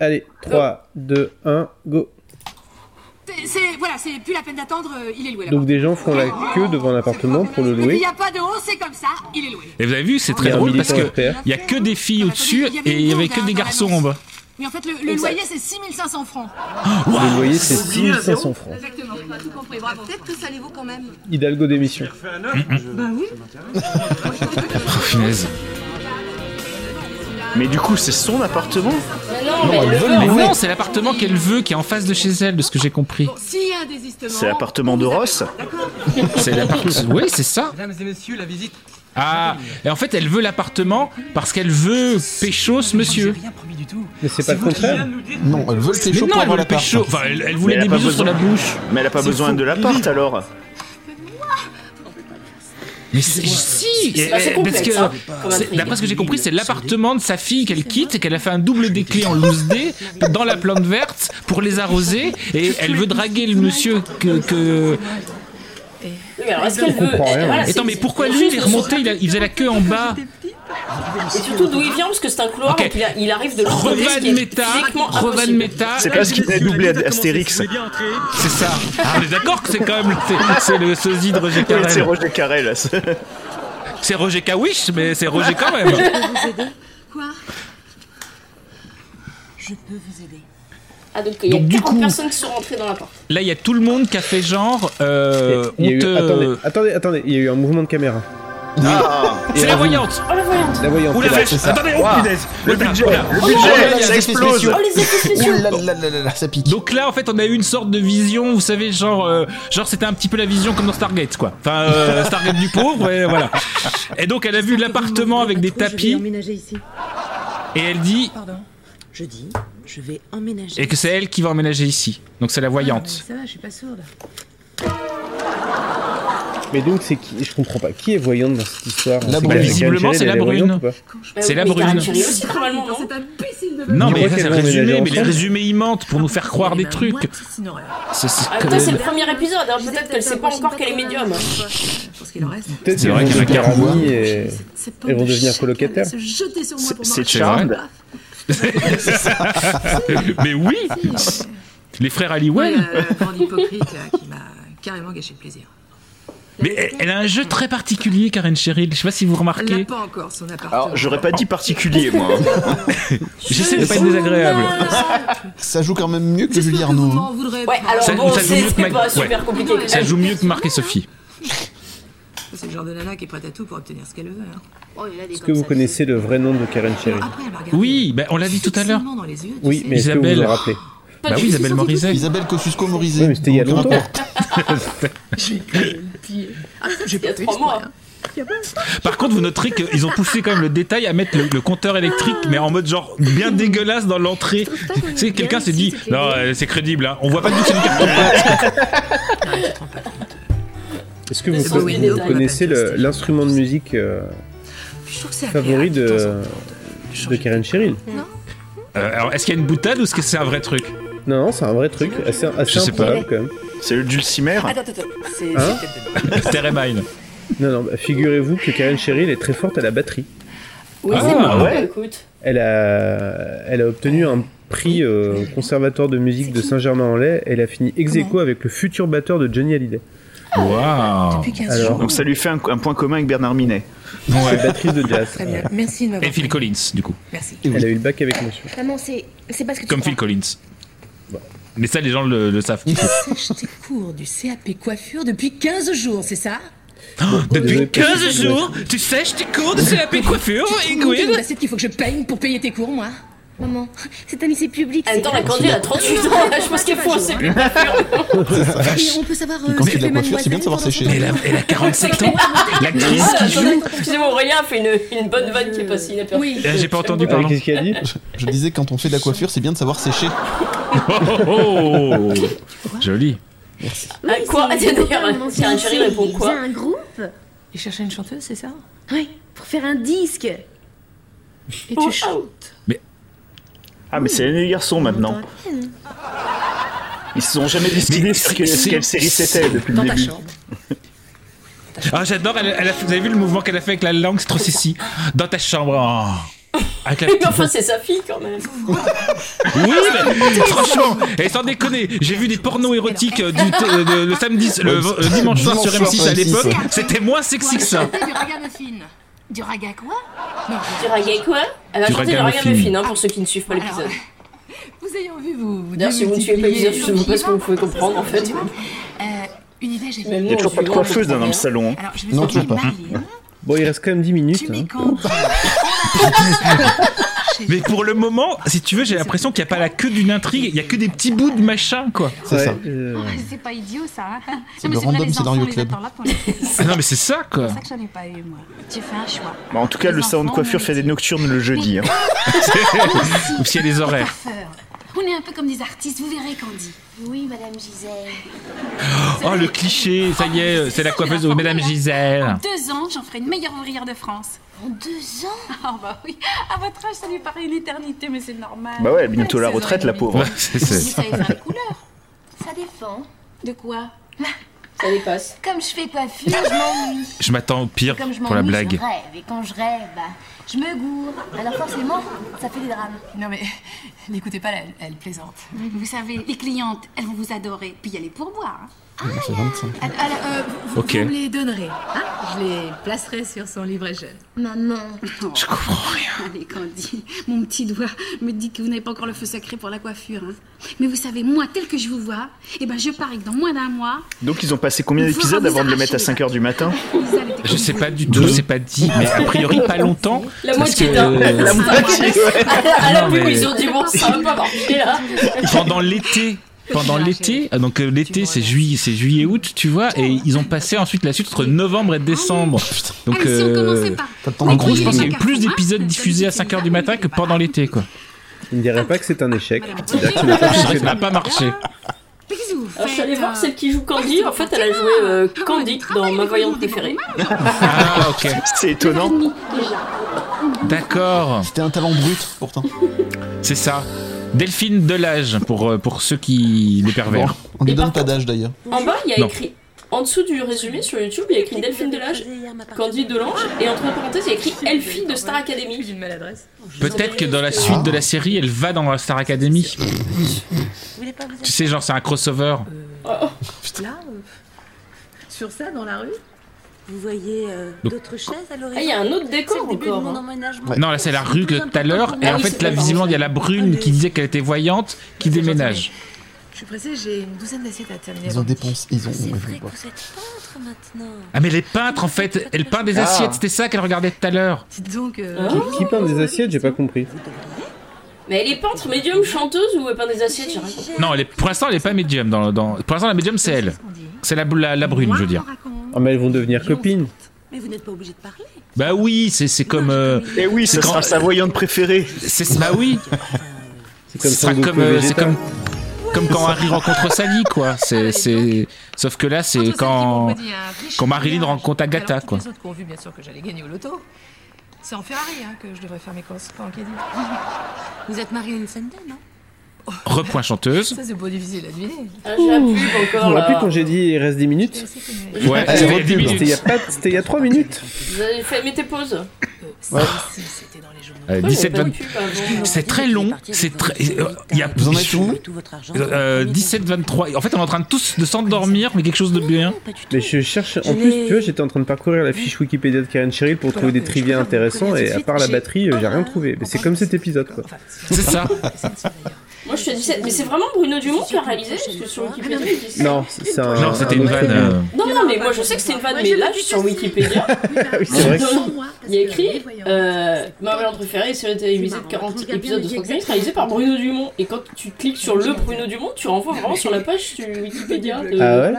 A: Allez, 3, 2, 1, go.
K: C'est- C'est voilà, c'est plus la peine d'attendre, euh, il est loué là.
A: Donc des gens font la queue devant l'appartement pour le
K: Et puis il
A: louer.
K: n'y a pas de haut, c'est comme ça, il est loué.
B: Et vous avez vu, c'est
A: Il
B: très
A: y a un
B: drôle parce
A: militant
B: que
A: FPR.
B: il y a que des filles au-dessus et il y avait que des garçons en bas.
K: Mais en fait, le, le
H: Exact.
K: loyer c'est 6500 francs.
A: Le loyer, c'est 6500 francs.
K: Exactement, on a tout compris, bravo. Peut-être que ça les vaut quand même.
A: Hidalgo démission.
K: Bah oui.
I: Mais du coup, c'est son appartement
H: non, mais
I: elle
H: le
I: veut,
H: veut,
I: mais
B: Mais
I: Ah ouais.
B: non, c'est l'appartement qu'elle veut qui est en face de chez elle, de ce que j'ai compris.
K: S'il y a un désistement.
I: C'est l'appartement de Ross
B: C'est l'appartement. Oui, c'est ça.
M: Mesdames et messieurs, la visite.
B: Ah, et en fait, elle veut l'appartement parce qu'elle veut pécho ce monsieur.
A: Mais c'est pas le contraire.
G: Non, elle veut le
B: Mais
G: pécho
B: non,
G: pour
B: elle veut
G: avoir
B: le
G: l'appart.
B: pécho. Enfin, elle, elle voulait
I: Mais
B: des
I: a pas
B: bisous sur la
I: besoin-
B: bouche.
I: Mais elle a pas
B: C'est
I: besoin
B: faux.
I: de l'appart alors
B: Mais c'est- si
H: C'est assez
B: eh,
H: complexe,
B: parce que,
H: hein, comme
B: c'est-
H: intrigue.
B: D'après ce que j'ai compris, c'est l'appartement de sa fille qu'elle quitte et qu'elle a fait un double déclé en loose day dans la plante verte pour les arroser et elle veut draguer le monsieur que. que...
H: Oui, mais alors est-ce qu'elle veut. elle- voilà, c'est-
B: Attends, mais pourquoi
H: c'est
B: lui il est
H: juste
B: remonté il, a- il faisait la queue en bas
H: Et surtout d'où il vient, parce que c'est un couloir,
B: Ok.
H: donc il, a- il arrive de l'autre côté.
B: Revan
H: ce qui est
B: Meta
H: physiquement
B: Revan
H: impossible.
B: Meta
I: C'est parce qu'il est doublé à Astérix.
B: C'est ça Ah, On est d'accord que c'est quand même c'est- c'est le sosie de Roger
I: Oui, C'est
B: Carrel.
I: Roger Carrel.
B: C'est Roger Kawish, mais c'est Roger quand même
K: Je peux vous aider.
H: Ah, donc il y a
B: Donc, du
H: 40
B: coup-
H: personnes qui sont rentrées dans la porte.
B: Là, il y a tout le monde qui a fait genre. Euh,
A: Il y a
B: on
A: eu-
B: te-
A: Attendez, attendez, attendez, il y a eu un mouvement de caméra.
B: C'est la voyante
H: Oh la voyante
A: La voyante.
B: Ou la
A: là,
B: flèche
A: c'est ça.
B: Attendez, oh
A: Ouah.
B: punaise
A: Le
B: Oula,
A: budget,
B: oula.
A: le
B: Oh,
A: budget,
B: là, là,
A: ça
B: les effets
A: explose.
B: spéciaux.
A: Oh, les effets spéciaux.
G: Ouh là là là là là, ça pique.
B: Donc là, en fait, on a eu une sorte de vision, vous savez, genre, euh, genre c'était un petit peu la vision comme dans Stargate, quoi. Enfin, euh, Stargate du pauvre, et voilà. Et donc, elle a vu l'appartement avec des tapis,
N: emménager ici.
B: et elle dit,
N: Pardon. Je dis, je vais emménager. Ah,
B: et que c'est elle qui va emménager ici. Donc, c'est la voyante.
N: Ça va, je suis pas sourde.
A: Mais donc, c'est qui Je comprends pas. Qui est voyante dans cette histoire
B: La
A: C'est
B: brune.
A: Karen
B: Visiblement,
A: Shirley,
B: c'est
A: elle
B: la
A: est
B: brune.
A: voyante ou pas
B: C'est la
H: Mais Karen
B: brune.
H: Shirley aussi, probablement, non
B: Non,
A: Je
B: mais
A: crois
B: ça, c'est
A: qu'elles ont
B: le
A: emménagé
B: résumé, mais les
A: ensemble.
B: résumés, ils mentent pour nous faire
N: Eh
B: croire
N: ben,
B: des trucs.
K: euh,
B: C'est c'est
H: Ah,
B: quand
H: putain, c'est
B: même-
H: le premier épisode, alors peut-être qu'elle sait pas encore qu'elle est médium.
A: Peut-être
B: C'est
A: qu'elles
B: vrai
A: vont
B: qu'il y en a
A: devenir
B: 40.
A: amies et elles vont devenir colocataires.
K: jeter sur moi pour
B: C'est Charmed. Mais oui
N: Ah,
B: Les frères Halliwell
L: Euh, La grande hypocrite là, qui m'a carrément gâché le plaisir.
B: Mais elle- elle a un jeu très particulier, Karen Cheryl. Je sais pas si
L: Elle
B: vous
L: n'a
B: remarquez.
L: pas encore son appartement.
I: Alors, j'aurais pas dit particulier, moi.
B: J'essaie de pas être désagréable.
G: Ça joue quand même mieux que Julie Arnaud. hein.
H: Ouais, alors
B: Ça-
H: bon,
B: ça joue
H: c'est
B: mieux que
H: c'est
B: Mag-
H: pas super
B: ouais.
H: compliqué. quand
B: Ça
H: même.
B: joue mieux que Marc et Sophie.
L: C'est le genre de nana qui est prête à tout pour obtenir ce qu'elle veut. hein.
A: Est-ce que vous connaissez le vrai nom de Karen Sherry
L: hein.
B: Oui, ben, on l'a dit tout à l'heure.
A: Oui, mais est-ce que vous
B: Isabelle.
A: vous en rappelez
B: Bah oui, Isabelle Morizet.
G: Isabelle Kosciusko
A: Oui,
G: Morizet.
A: mais c'était il y a
G: Donc,
A: longtemps.
G: rapport.
L: J'ai
H: Il y a trois mois.
B: Par contre, vous noterez qu'ils ont poussé quand même le détail à mettre le, le compteur électrique, mais en mode genre bien dégueulasse dans l'entrée. Tu sais, quelqu'un s'est dit Non, euh, c'est crédible, hein. on voit pas du tout c'est une carte de boîte.
A: Est-ce que vous,
L: C'est
A: vous-
L: oui,
A: vous
L: non,
A: connaissez le- l'instrument de musique euh,
L: Je trouve que c'est
A: favori
L: agréable, de temps en
A: de, de Karen Cheryl
B: Euh, alors, est-ce qu'il y a une boutade ou est-ce que c'est un vrai truc
A: Non, non, c'est un vrai truc, assez, assez
B: Je sais pas.
A: improbable quand même.
I: C'est le dulcimer
L: Attends, attends, attends. C'est
A: Hein
L: c'est peut-être de-
B: Terremine.
A: Non, non, bah, figurez-vous que Karen Cheryl est très forte à la batterie.
H: Oui,
B: Ah,
H: c'est marrant,
B: ouais.
H: écoute.
A: Elle a, elle a obtenu un prix euh, conservatoire de musique de Saint-Germain-en-Laye. Elle a fini ex aequo avec le futur batteur de Johnny Hallyday.
B: Waouh
A: Alors,
I: Donc, ça lui fait un, un point commun avec Bernard Minet.
A: c'est batterie de jazz.
N: Très bien. Merci de
B: Et
N: m'avoir.
B: Phil Collins, du coup.
N: Merci.
A: Elle a eu le bac avec monsieur.
N: Maman, c'est c'est parce que tu
B: Comme
N: crois.
B: Phil Collins. Mais ça, les gens le, le savent.
N: Sèche tes cours du CAP coiffure depuis 15 jours, c'est ça
A: Désolé
B: Depuis
A: pour-
B: 15 jours, tu sèches tes cours de CAP coiffure
K: Oh,
B: et
N: Ingrid
B: Gwyn.
N: C'est qu'il faut que je paye pour payer tes cours, moi Maman, c'est un lycée public.
H: En même temps, la grande elle a 38 ans, là, je pense qu'elle faut un CP.
N: Et on peut savoir.
G: Quand tu fais de la coiffure, c'est bien de savoir sécher.
B: Elle a, elle a 47 ans, l'actrice
H: Ah,
B: qui
H: attendez,
B: joue.
H: excusez-moi, Aurélien a fait une, une bonne vanne qui est passée inaperçue.
N: Oui.
B: Euh, J'ai pas entendu,
A: Ah,
B: pardon.
A: Qu'est-ce qu'il a dit
G: Je disais, quand on fait de la coiffure, c'est bien de savoir sécher.
B: Oh, oh, oh. Joli.
G: Merci.
H: Ah, quoi
M: c'est-
H: Tiens,
M: mon
H: d'ailleurs,
M: copain, mon
H: tiens,
M: ancien
H: Chéri
M: lycée,
H: répond
M: il
H: quoi
M: faisait un groupe. Il cherchait une chanteuse, c'est ça Oui, pour faire un disque. Et
L: Wow.
M: tu
L: oh.
M: chantes.
I: Ah, mais c'est les garçons maintenant. Ils se sont jamais décidés sur quelle,
B: c'est-
I: quelle série c'était depuis le début.
B: Ah, j'adore, elle, elle a- vous avez vu le mouvement qu'elle a fait avec la langue, c'est trop sexy. Dans ta chambre. oh. Avec la
H: Mais
B: petite
H: enfin,
B: voix.
H: c'est sa fille quand même.
B: Oui, mais franchement, et sans déconner, j'ai vu des pornos érotiques euh, du, euh, de- le samedi, le, le dimanche soir sur M6 à l'époque, c'était moins sexy que ça.
K: Du raga muffin. Du raga quoi
H: Du raga quoi Elle a
B: Du
H: chanté le
B: raga
H: raga
B: muffin.
H: muffin, hein, pour ceux qui ne suivent pas l'épisode.
K: Vous ayant vu, vous. vous
H: D'ailleurs, si vous ne suivez pas l'épisode, je ne sais pas ce que vous pouvez comprendre en fait.
K: Euh, Une idée, j'ai
H: Mais
I: Il n'y a toujours pas de coiffeuse dans le salon. hein.
K: je
A: Non, toujours pas.
K: hein,
A: Bon, il reste quand même 10 minutes. hein.
B: Mais pour le moment, si tu veux, j'ai l'impression qu'il n'y a pas la queue d'une intrigue, il n'y a que des petits bouts de machin, quoi.
A: C'est ça.
K: C'est pas idiot ça. hein
B: Euh, C'est
K: Non, mais
B: le
K: c'est vrai,
B: Random
K: les enfants,
B: Scénario
K: on les
B: Club.
K: attend là pour les-
B: Ah non, mais c'est ça, quoi.
K: C'est ça que j'en ai pas eu moi. J'ai fait un choix.
I: Bah, en tout cas, le salon de coiffure fait des nocturnes le jeudi. hein.
B: Ou s'il y a des horaires.
K: Coiffeur. On est un peu comme des artistes, vous verrez Candy. Oui, madame Gisèle.
B: Oh, le cliché, ça y est, c'est la coiffeuse de Madame
K: En
B: Gisèle.
K: deux ans, j'en ferai une meilleure ouvrière de France. En deux ans Ah bah oui, à votre âge, ça lui paraît une éternité, mais c'est normal.
I: Bah ouais, bientôt la retraite, la pauvre.
B: Ouais, c'est- c'est-
M: Vous savez faire les couleurs. Ça dépend. De quoi
H: Ça dépasse.
M: Comme je fais coiffure, je m'ennuie.
B: Je m'attends au pire
M: Comme je
B: pour la
M: m'ennuie,
B: blague.
M: Je rêve, et quand je rêve, bah, je me gourre. Alors forcément, ça fait des drames.
L: Non mais n'écoutez pas, elle, elle plaisante.
K: Vous savez, les clientes, elles vont vous adorer. Puis il y a les pourboires. hein.
I: Ah,
G: C'est 25.
K: Alors, euh, vous-
B: Ok.
K: vous me les donnerez. hein je les placerai sur son livret jeune.
M: Maman.
K: Je comprends rien. Allez, Candy, mon petit doigt me dit que vous n'avez pas encore le feu sacré pour la coiffure. hein. Mais vous savez, moi, tel que je vous vois, eh ben, je parie que dans moins d'un mois,
I: Donc, ils ont passé combien d'épisodes avant de le mettre à 5h du matin
L: Oh,
B: Je sais pas du tout, c'est pas dit, mais a priori pas longtemps.
H: La
B: parce
H: moitié
B: que- euh,
H: d'un.
B: La moitié,
K: Ah,
B: ouais.
H: À la
B: Non,
H: pub,
B: mais-
H: ils ont dit bon, ça va pas marcher là.
B: pendant l'été. Pendant l'été, euh, donc euh, l'été c'est juillet, c'est juillet août, tu vois, et ils ont passé ensuite la suite entre novembre et décembre. Donc euh,
K: Allez, si on
H: euh,
K: commençait par-
B: en gros, je pense
K: Oui,
B: qu'il y a eu
H: hein.
B: plus d'épisodes diffusés à 5h du matin que pendant l'été, quoi.
A: Il ne dirait pas que c'est un échec. Là, tu n'as pas touché.
B: Ça n'a pas marché.
H: Alors, je suis allée voir celle qui joue Candy. En fait, elle a joué euh, Candy dans Ma voyante préférée.
B: Ah ok.
I: C'est étonnant.
B: D'accord.
G: C'était un talent brut pourtant.
B: C'est ça. Delphine Delage pour euh, pour ceux qui les pervers.
G: On lui donne pas d'âge d'ailleurs.
H: En bas, il y a
B: Non.
H: écrit. En dessous du résumé sur YouTube, il y a écrit Delphine Delage, Candy Delange, et entre parenthèses, il y a écrit Elfie de Star Academy. une maladresse.
B: Peut-être que dans la suite de la série, elle va dans la Star Academy. Tu sais, genre c'est un crossover.
N: Là, euh, sur ça, dans la rue, vous voyez euh,
B: Donc-
N: d'autres chaises à l'horizon.
H: Ah, il y a un autre décor
N: C'est le début
H: encore,
N: de mon
H: hein.
N: emménagement.
B: Non, là c'est la rue que tout à l'heure. Et
N: Ah
B: en
N: oui,
B: fait,
N: c'est Ah,
B: là
N: vrai,
B: visiblement, il y a la brune qui disait qu'elle était voyante qui déménage.
L: Je suis pressée, j'ai une douzaine d'assiettes à terminer.
G: Ils ont dépensé. Ils ont.
N: C'est
G: ouais,
N: vrai
G: je
N: que
G: vois.
N: vous êtes peintre maintenant.
B: Ah, mais les peintres en fait, elle peint des
A: Ah.
B: assiettes, c'était ça qu'elle regardait tout à l'heure.
L: Dites donc, euh,
A: Qui, qui peint des assiettes J'ai pas compris.
H: Mais elle est peintre, médium, chanteuse ou elle peint des assiettes j'ai rien compris.
B: Non, elle est- pour l'instant, elle est pas médium. Dans, dans- Pour l'instant, la médium, c'est elle. C'est la, la, la brune, je veux dire.
A: Ah, mais elles vont devenir copines.
N: Mais vous n'êtes pas obligé de parler.
B: Bah oui, c'est c'est comme. euh,
I: Eh oui,
B: c'est
I: ça sera sa voyante préférée.
B: C'est bah oui.
A: C'est
I: comme
B: Ce sera
I: Son Goku
B: comme, euh,
I: Vegeta.
B: c'est comme, comme quand Harry rencontre Sally, quoi. C'est, c'est... Sauf que là, c'est quand,
L: vendredi,
N: hein.
L: un riche
B: quand Marilyn
L: voyage.
B: rencontre Agatha,
L: Alors,
B: quoi.
L: Les autres qui ont vu, bien sûr, que j'allais gagner au loto. C'est en Ferrari hein, que je devrais faire mes courses, pas en caddie.
N: Vous êtes marié une Sunday, non
B: Repoint chanteuse.
L: Ça, c'est pas difficile à deviner.
H: Ah,
A: Vous vous rappelez quand j'ai dit il reste 10 minutes
B: Ouais,
A: Allez,
B: c'était il y a
A: repub.
B: 10 minutes.
A: C'était il y a pas- c'était il y a 3 minutes.
H: Vous avez fait, mettez pause.
A: Ouais.
B: Euh,
H: Pourquoi
B: 17,
H: j'avais
B: 20...
G: Ah
H: pas eu pub avant
B: C'est très long. C'est très. euh, Il y a
G: Vous en êtes où
N: Tout votre argent.
B: Euh, 17, 23. En fait, on est en train de tous de s'endormir, mais quelque chose de bien.
A: Mais je cherche. En
N: Je
A: plus,
N: l'ai-
A: tu vois, j'étais en train de parcourir la fiche Wikipédia de Karen Cheryl pour trouver des trivia intéressants et à part la batterie, euh,
L: Oh
A: j'ai rien trouvé. Mais c'est comme cet épisode quoi.
B: C'est ça.
L: hein.
H: Moi je suis à 17, mais c'est vraiment Bruno Dumont qui a réalisé parce que sur Wikipédia il dit ça.
A: Non, c'est c'est un.
B: Non, c'était
A: un
B: une
A: autre
B: vanne,
A: film.
B: euh.
H: Non, non, mais moi je sais que c'était une vanne, mais là je suis sur Wikipédia.
A: Ah Oui, c'est vrai.
H: Non, non. Il y a écrit euh, Ma valeur préférée, série télévisée de 40 épisodes de 30 minutes réalisée par Bruno Dumont. Et quand tu cliques sur le Bruno Dumont, tu renvoies vraiment sur la page sur Wikipédia. de-
A: Ah ouais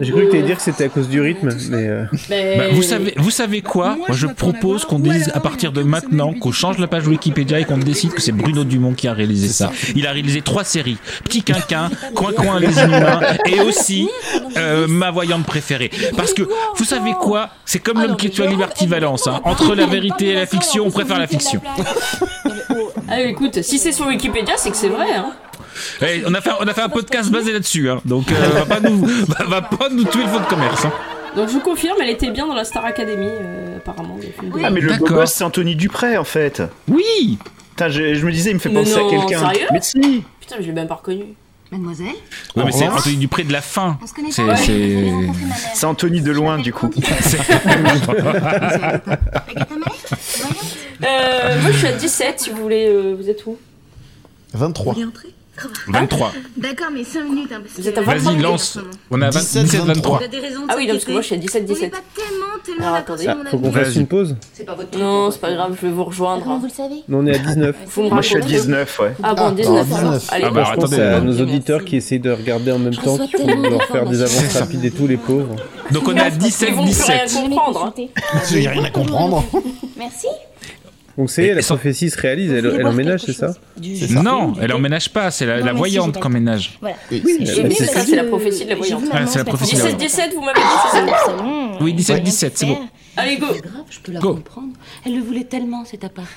A: J'ai cru que t'allais dire que c'était à cause du rythme, mais. euh,
H: Mais-
B: Bah, vous, savez, vous savez quoi Moi, je propose qu'on dise à partir de maintenant qu'on change la page Wikipédia et qu'on décide que c'est Bruno Dumont qui a réalisé ça. Il a réalisé trois séries Petit Quinquin, Coin Coin les Inhumains et aussi euh, Ma Voyante préférée. Parce que vous savez quoi C'est comme l'homme qui tue à Liberty Valence. hein. Entre la vérité et la fiction, on préfère la fiction.
H: Ah écoute, si c'est sur Wikipédia, c'est que c'est vrai. Hein.
B: Eh, on, a fait, on a fait un podcast basé là-dessus, hein. donc euh, va, pas nous, va, va pas nous tuer le fond de commerce. hein.
H: Donc je vous confirme, elle était bien dans la Star Academy, euh, apparemment. le film de-
I: Ah, mais le beau gosse, c'est Anthony Dupré en fait.
B: Oui
I: Putain, je, je me disais, il me fait
H: Mais
I: penser
H: non,
I: à quelqu'un.
H: sérieux
I: Mais si
H: Putain, je l'ai même pas reconnu.
L: Mademoiselle
B: Ouais, mais c'est
I: Laurence
B: Anthony Dupré de la fin.
L: connaît
B: C'est
L: pas.
B: c'est-
I: C'est Anthony de loin du coup.
H: Euh, moi je suis à 17 si vous voulez. euh, vous êtes où
G: 23.
K: Il est entré
B: 23.
K: D'accord, mais 5 minutes. Hein, parce
H: Vous
K: que-
H: êtes à
B: Vas-y, lance. On est à
G: 17,
B: 27, 23.
K: Vous avez des raisons de
H: Ah oui, non, parce que moi je suis à
K: s'inquiéter.
H: 17-17.
K: On est pas tellement, tellement
H: Alors,
K: d'accord
H: attendez.
K: sur
A: Ah,
K: mon
A: faut qu'on
K: avis.
A: fasse une pause
H: Non, c'est pas grave, je vais vous rejoindre. hein.
A: Non, on est à 19.
B: Bah,
H: Faut me
I: Moi je suis à
H: raconter.
I: 19, ouais.
H: Ah bon, 19. alors. Allez,
A: Ah bah, je pense
B: attendez,
A: à
B: hein.
A: nos auditeurs qui essayent de regarder en même temps, qu'il faut leur faire des avances rapides et tout, les pauvres.
B: Donc on est à
H: ils vont plus rien
B: 17-17.
H: comprendre. hein.
G: Il n'y a rien à comprendre.
M: Merci.
A: Donc c'est la prophétie se réalise, elle, elle emménage, c'est ça
B: Non, elle emménage pas, c'est la, la voyante qui emménage.
M: Voilà.
A: Oui,
H: J'ai
A: mais
H: oublié,
A: c'est
H: ça, c'est la prophétie de la voyante.
B: Ah, c'est la prophétie de la voyante.
H: 17-17, vous m'avez dit, c'est ça
B: Oui, 17-17, c'est bon.
H: Allez, go
M: Je peux la
B: Go.
M: comprendre. Elle le voulait tellement, cet appart.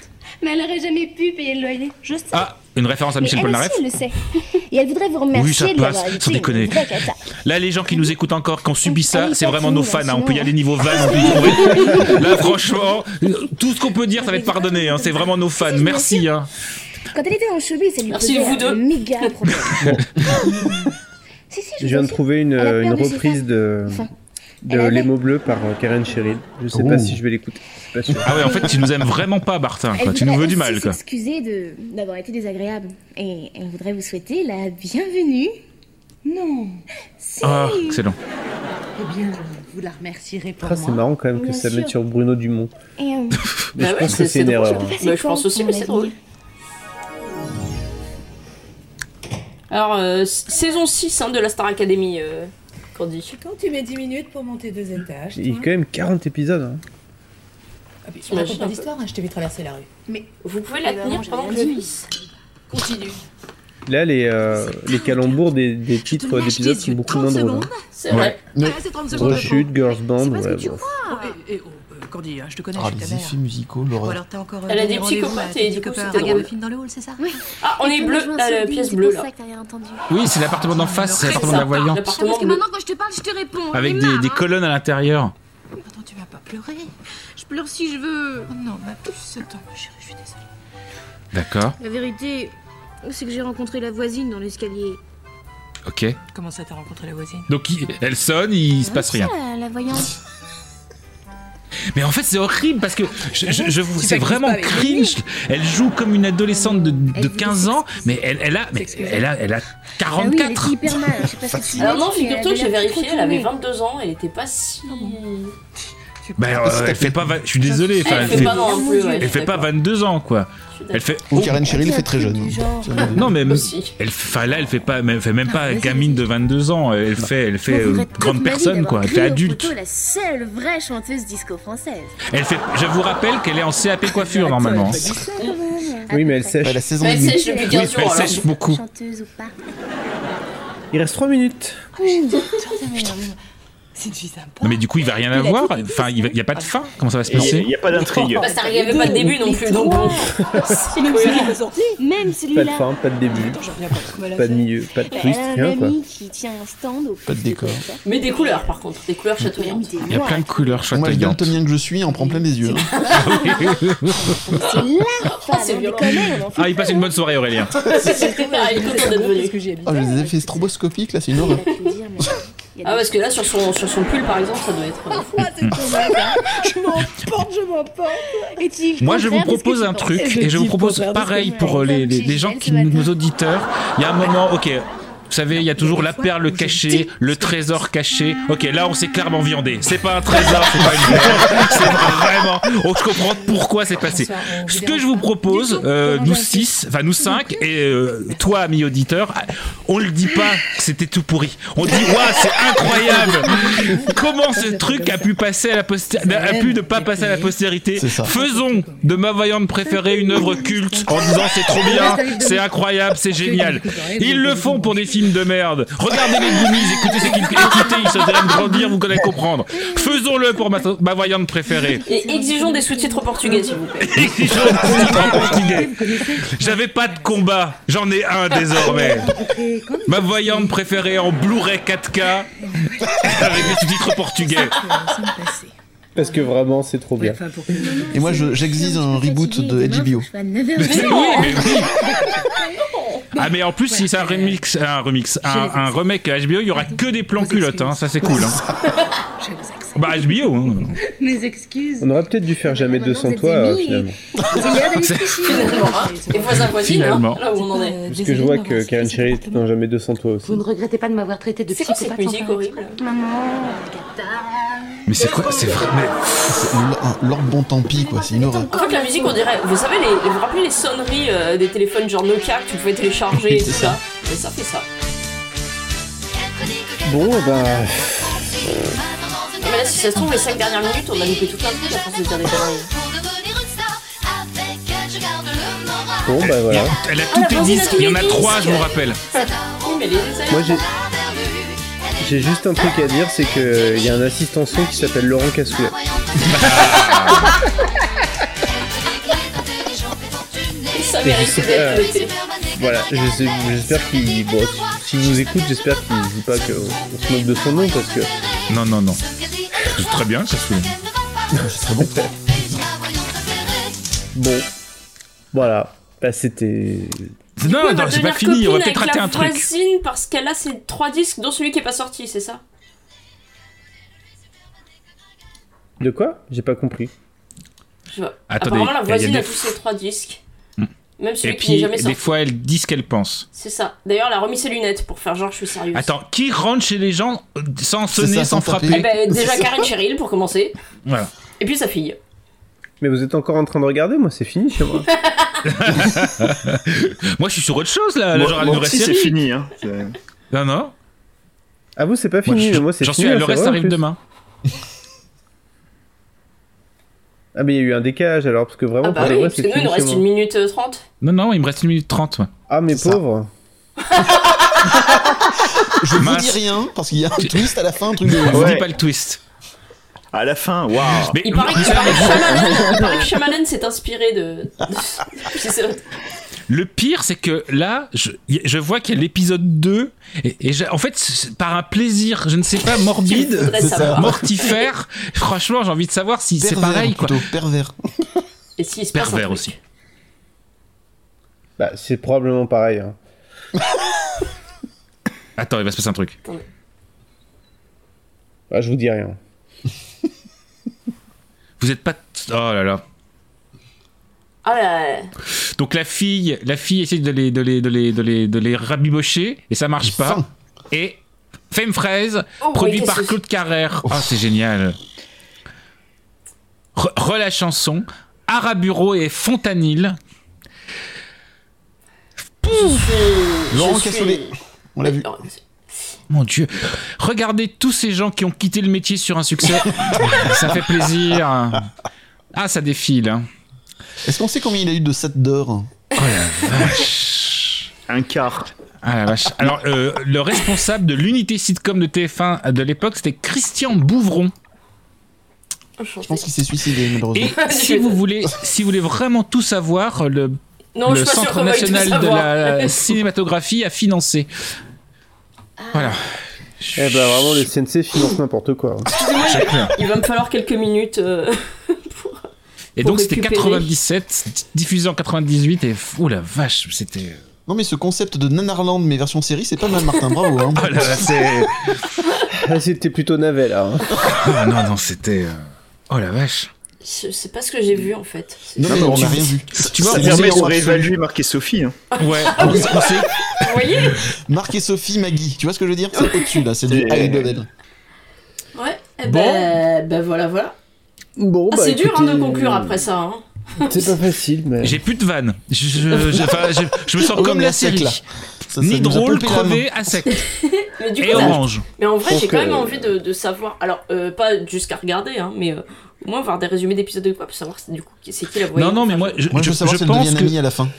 N: Mais elle aurait jamais pu payer le loyer.
M: Je sais.
B: Ah, une référence à Michel
M: elle
B: Polnareff
M: aussi, elle le sait. Et elle voudrait vous
B: Oui,
M: remercier
B: ça
M: de l'avoir
B: passe,
M: été
B: sans
M: une
B: déconner.
M: vraie cata.
B: Là, les gens qui nous écoutent encore, qui ont subi
M: Ah
B: ça,
M: oui,
B: c'est
M: pas
B: vraiment
M: fini,
B: nos
M: là,
B: fans. hein. On
M: sinon,
B: peut y
M: hein.
B: aller niveau van. on peut y- Là, franchement, tout ce qu'on peut dire, ça va être pardonné. hein. C'est vraiment nos fans. Merci. hein.
M: Quand elle était dans le showbiz, elle lui
H: Merci,
M: posait
H: vous deux.
M: un méga problème. si, si,
A: Je viens de trouver une,
M: Elle a
A: une
M: perdu ses
A: reprise de, de
M: Elle avait-
A: Les mots bleus par euh, Karen Cheryl. Je sais
I: Oh.
A: pas
G: Ouh.
A: si je vais l'écouter. je suis pas sûr.
B: Ah ouais, en fait, tu nous aimes vraiment pas, Bartin.
M: Elle
B: quoi. Tu nous
M: voudrait
B: veux du
M: aussi
B: mal, quoi.
M: s'excuser de- d'avoir été désagréable. Et elle voudrait vous souhaiter la bienvenue. Non. Si.
B: Ah, excellent.
L: Eh bien, vous la remercierez pour
A: Ah, c'est marrant quand même que
M: Bien
A: ça
M: sûr.
A: mette sur Bruno Dumont.
M: Et, euh,
A: Mais
H: Bah
A: je
H: ouais,
A: pense
H: c'est-
A: que c'est une
H: c'est drôle.
A: erreur. hein.
H: Bah, je pense aussi, mais c'est drôle. Alors, euh, s- saison 6 hein, de la Star Academy, euh, Candy.
N: Quand tu mets 10 minutes pour monter deux étages,
A: Il y a
N: toi
A: quand même 40 épisodes. hein.
N: Ah, puis, je te
H: T'imagines
N: raconte
H: un
N: pas
H: peu.
N: d'histoire, hein, je t'ai vu traverser la rue. Mais
H: Vous pouvez la
N: Eh ben,
H: tenir
N: moi, j'ai
H: pendant que
N: rien
H: je
N: dit.
H: pisse. Continue.
A: Là, les, euh, les calembours des, des titres
N: lâche
A: d'épisodes
N: les
A: sont
N: yeux,
A: beaucoup
N: 30
A: moins drôles. hein.
H: C'est vrai.
G: Ne-
L: Ah, c'est 30 secondes.
A: Rechute, Girls Band,
L: pas ce
A: ouais,
L: que tu
A: bon.
L: Et, et, oh, euh, Candy, hein, je te connais,
G: Ah,
L: je suis
G: les
L: ta mère.
G: effets musicaux,
L: Bon,
G: l'horreur.
L: alors t'as encore. euh,
H: Elle a
L: donné
H: des petits
L: rendez-vous
H: copains,
L: à
H: et
L: tes
H: du coup,
L: copains.
H: c'était
L: Regarde
H: drôle.
L: le film dans le hall, c'est ça
H: Ah, on est bleu, ah, la pièce bleue là.
B: Oui, c'est l'appartement d'en face, c'est l'appartement de la voyante.
H: L'appartement bleu.
K: quand je te parle, je te réponds.
B: Avec des, des colonnes à l'intérieur.
L: Oh, Attends, tu vas pas pleurer.
K: Je pleure si je veux.
L: Oh non, ma puce, attends, chérie, je suis désolée.
B: D'accord,
M: La vérité, c'est que j'ai rencontré la voisine dans l'escalier.
B: ok.
L: Comment ça, t'as rencontré la voisine
B: Donc, il- elle sonne, il se passe rien.
M: Ah, la voyante.
B: Mais en fait, c'est horrible parce que je, je, je vous-
N: Tu
B: c'est
N: t'accuses
B: vraiment
N: pas avec
B: cringe. Elle joue comme une adolescente de, de 15 ans, mais elle, elle a, mais
N: s'excuser.
B: elle a, elle a
M: Ah oui, elle
B: 44.
M: était hyper mal. Je sais pas ce que tu voulais,
H: Alors Ah non,
M: mais elle
H: figure-toi que
M: avait
H: j'ai
M: l'air
H: vérifié, elle avait
M: contournée.
H: 22 ans, elle était pas si...
B: Ben, euh,
G: Ah,
B: elle fait pas, vingt- je suis désolé, enfin,
H: Elle
B: elle
H: fait
B: fait,
H: pas non plus, ouais, je
B: elle
H: suis
B: fait pas
H: d'accord.
B: 22 ans, quoi.
H: Je suis
B: Elle
H: d'accord.
B: fait, oh,
G: Ou Karen Cheryl fait très jeune. hein.
B: non, mais,
H: Aussi.
B: elle, enfin, là, elle fait pas, elle fait même
M: Ah,
B: pas gamine de 22 ans, elle fait, elle fait
M: Je
B: euh,
M: voudrais toute
B: grande
M: ma vie
B: personne,
M: d'avoir
B: quoi, elle
M: crié
B: fait
M: au
B: adulte.
M: poteau, la seule vraie chanteuse disco française.
B: Elle fait, je vous rappelle qu'elle est en CAP coiffure, normalement.
A: Oui, mais elle sèche.
G: Elle a 16 ans
H: Mais
G: et
H: elle
G: demi.
H: sèche depuis 15
B: elle
H: jours alors.
B: sèche beaucoup.
M: Chanteuse ou pas.
A: Il reste 3 minutes.
L: C'est une fille sympa.
B: Non, mais du coup, il va rien avoir, enfin, il va- il y a pas de fin, comment ça va se
I: Il
B: passer?
I: n'y a, pas d'intrigue.
H: Parce qu'il n'y avait pas de début non plus, donc bon. C'est cohérent.
M: Même
A: Pas de
M: celui-là.
A: fin, pas de début, pas de milieu, pas de
M: Elle
A: twist,
M: a un
A: rien quoi.
M: ami qui tient un stand au
G: Pas de décor.
H: Mais des couleurs par contre, des couleurs chatoyantes.
B: Il y a plein de couleurs
G: Moi, le
B: chatoyantes.
G: daltonien que je suis, en prend plein les yeux. hein.
M: C'est là,
H: c'est
M: femme, on
H: violent.
M: déconne, on en
B: Ah,
M: fait
B: il passe une bonne soirée, Aurélien.
H: C'est pareil, Ah, il est content d'être venu.
G: Ah, les effets stroboscopiques, là, c'est une horreur.
M: pas tout dire, mais il y a
H: Ah
M: des-
H: parce que là sur son, sur son pull par exemple ça doit être... euh,
M: Et tu- le
B: Moi, je vous
M: contraire de ce que
B: propose
M: tu
B: un
M: penses.
B: truc et je vous propose pareil pour euh, les, les- les gens qui, nos auditeurs. Il y a un moment, ok, Vous savez, il y a toujours la perle cachée, le trésor caché. Ok, là, on s'est clairement viandé. C'est pas un trésor, c'est pas une perle. C'est vraiment. On se comprend pourquoi c'est passé. Ce que je vous propose, euh, nous six, enfin nous cinq, et euh, toi, ami auditeur, on le dit pas que c'était tout pourri. On dit, waouh, c'est incroyable. Comment ce truc a pu passer à la postérité, a pu ne pas passer à la postérité. Faisons de ma voyante préférée une œuvre culte en disant c'est trop bien, c'est incroyable, c'est génial. Ils le font pour des films de merde. Regardez les Goonies, écoutez ce qu'ils écoutez, ils sont en train de grandir, vous allez comprendre. Faisons-le pour ma, ma voyante préférée.
H: Et exigeons des sous-titres portugais, s'il vous plaît.
B: Exigeons des sous-titres en portugais. J'avais pas de combat, j'en ai un désormais. Ma voyante préférée en Blu-ray 4K avec des sous-titres portugais.
A: Parce que vraiment, c'est trop bien.
G: Et moi, je- j'exige un reboot de HBO.
B: Mais oui, mais oui. Ah mais en plus si c'est un remix, un remix, un, un remake à HBO, il y aura que des plans culottes, hein, ça c'est cool. hein. Bah HBO. hein.
N: Mes excuses.
A: On aurait peut-être dû faire jamais deux sans toi, euh, finalement.
H: Finalement, hein. Et voisin voisine, hein,
A: Finalement.
H: là où on en est.
A: Parce que je vois que Karen Sherry est dans jamais deux sans toi aussi.
N: ne regrettez pas de m'avoir traité de
H: C'est quoi cette musique horrible
N: Maman.
B: Mais c'est quoi C'est vraiment.
G: L'or bon tant pis, quoi, c'est une horreur.
H: En fait, la musique, on dirait. Vous savez, les, vous vous rappelez les sonneries euh, des téléphones genre Nokia que tu pouvais télécharger et tout ça Mais ça fait ça.
A: Bon, bah.
H: Non, mais là, si ça se trouve, les 5 dernières minutes, on a loupé toute la truc à force de dire des conneries.
A: Bon, bah voilà.
B: Elle a
H: Ah, la
B: toutes les
H: voisine a
B: 10,
H: tous
B: il y en
H: les
B: a
H: dix.
B: 3 je vous rappelle.
H: Oui, mais les les-
A: Moi, j'ai. J'ai juste un truc à dire, c'est qu'il y a un assistant son qui s'appelle Laurent Cassoulet.
H: Ça
A: Et je
H: mérite
A: sais
H: d'être
A: pas.
H: noté.
A: Voilà, je sais- j'espère qu'il. Bon, s'il nous écoute, j'espère qu'il ne dit pas qu'on se moque de son nom parce que.
B: Non, non, non. C'est très bien ça se
G: C'est très bon.
A: Bon, voilà. Bah, c'était.
B: Non,
H: On va
B: attends, c'est pas
H: devenir
B: fini, on va
H: copine
B: peut-être
H: bah, avec
B: rater
H: la
B: un truc.
H: voisine parce qu'elle a ses trois disques, dont celui qui est pas sorti, c'est ça
A: De quoi J'ai pas compris.
H: Je vois.
B: Attendez,
H: Apparemment, la
B: il y a
H: voisine
B: des-
H: a tous ses trois disques.
B: Hmm.
H: Même celui
B: Et
H: qui n'est
B: puis
H: jamais
B: des
H: sorti.
B: fois elle dit ce qu'elle pense.
H: C'est ça. D'ailleurs, elle a remis ses lunettes pour faire genre je suis sérieux.
B: Attends, qui rentre chez les gens sans
A: C'est
B: sonner,
A: ça,
B: sans
A: sans
B: frapper
H: Eh ben, déjà Karen Cheryl pour commencer.
B: Voilà.
H: Et puis sa fille.
A: Mais vous êtes encore en train de regarder, moi, c'est fini chez moi.
B: Moi je suis sur autre chose là, là,
A: Moi-
B: genre à
A: moi
B: une vraie
A: aussi,
B: série.
A: c'est
I: fini, hein.
B: Non, non.
A: Ah, vous, c'est pas fini,
B: Moi,
A: mais
B: je-
A: moi, c'est
B: j'en
A: fini.
B: suis à
A: là,
B: le
A: c'est
B: reste
A: vrai, en
B: arrive
A: plus.
B: demain.
A: Ah, mais il y a eu un décalage alors, parce que vraiment,
H: Ah bah
A: pour de
H: oui,
A: vrai,
H: parce que
A: Oh, c'est
H: nous, il
A: fini
H: nous
A: chez
H: reste
A: moi.
H: une minute euh, trente.
B: Non, non, il me reste une minute trente. ouais.
A: Ah, mais pauvre
G: Je vous
B: Eh, Mince.
G: dis rien, parce qu'il y a un twist à la fin, un truc de.
A: Ah
B: Je vous
I: Ouais.
B: dis pas le twist.
I: À la fin, waouh.
B: Mais-
H: Il paraît que, il paraît que Shyamalan- il paraît que Shyamalan s'est inspiré de. de- Puis c'est-
B: Le pire, c'est que là, je, y- je vois qu'il y a l'épisode 2, et, et j'ai- en fait, c'est- par un plaisir, je ne sais pas, morbide,
H: Il faudrait C'est savoir. ça.
B: mortifère, franchement, j'ai envie de savoir si c'est
G: Pervers,
B: pareil, quoi.
G: plutôt, pervers.
H: Et s'il se passe un
B: Pervers
H: truc.
B: aussi.
A: Bah, c'est probablement pareil. hein.
B: Attends, il va se passer un truc.
A: Bah, je vous dis rien.
B: Vous êtes pas. t- Oh là là.
H: Ah là là.
B: Donc la fille, la fille essaie de les, de les, de les, de les, de les rabibocher, et ça marche pas. Et Femme Fraise,
H: Oh, oui,
B: produit
H: qu'est-ce
B: par
H: que-
B: Claude Carrère. Oh, c'est génial. Re, re la chanson. Araburo et Fontanil.
H: Je suis-
B: Laurent
H: je suis-
B: Cassoulet. On l'a vu. Mon Dieu. Regardez tous ces gens qui ont quitté le métier sur un succès. ça fait plaisir. Ah, ça défile. hein.
G: Est-ce qu'on sait combien il a eu de 7 d'or hein
I: Un quart.
B: Ah la vache. Alors, euh, le responsable de l'unité sitcom de TF1 de l'époque, c'était Christian Bouvron.
G: Je pense qu'il s'est suicidé, malheureusement.
B: Et si vous voulez, si vous voulez vraiment tout savoir, le,
G: Non,
B: le
G: je suis pas sûre
B: Centre
G: qu'on veuille tout
B: national de
G: savoir.
B: la cinématographie a financé.
H: Ah.
B: Voilà.
A: Eh bah, vraiment, le CNC finance n'importe quoi.
H: Excusez-moi, il va me falloir quelques minutes. euh,
B: Et
H: Pour
B: donc c'était
H: récupérer.
B: 97, diffusé en 98 et oh la vache, c'était.
G: Non, mais ce concept de Nanarland, mais version série, c'est pas mal, Martin, bravo. Hein.
B: Oh là là, c'est.
A: Ah, C'était plutôt navet là. hein.
B: Ah non non, c'était. euh, Oh la vache.
H: Je sais pas ce que j'ai vu en fait.
G: Non, mais on n'a rien vu.
B: Tu vois,
I: ça
B: on
I: permet
B: sait-
I: de réévaluer Marc et Sophie. hein.
B: Ouais, on, on s'est-
H: Vous voyez
G: Marc et Sophie, Maggie. Tu vois ce que je veux dire C'est au-dessus, là. C'est du high level.
H: Ouais, eh
G: Bon.
H: ben, ben voilà, voilà.
A: Bon,
H: Ah,
A: bah,
H: c'est dur hein, de
A: écoutez,
H: conclure après ça. hein.
A: C'est pas facile, mais.
B: J'ai plus de vanne. Je, je- je- enfin, je- je me sens
A: Oui,
B: comme
A: mais
B: la
A: à sec,
B: série.
A: là. Ça, ça
B: Ni
A: nous a
B: drôle,
A: pompé la main.
B: crevé, à sec.
H: Mais du
B: Et
H: coup, là-
B: orange.
H: Mais en vrai,
B: Sauf
H: j'ai quand
B: que-
H: même envie de, de savoir. Alors, euh, pas jusqu'à regarder, hein, mais euh, au moins voir des résumés d'épisodes de quoi pour savoir c'est- du coup qui- c'est qui la voix.
B: Non, non, mais moi, je,
G: Moi, je veux savoir si elle
B: pense
G: devient
B: que-
G: amie à la fin.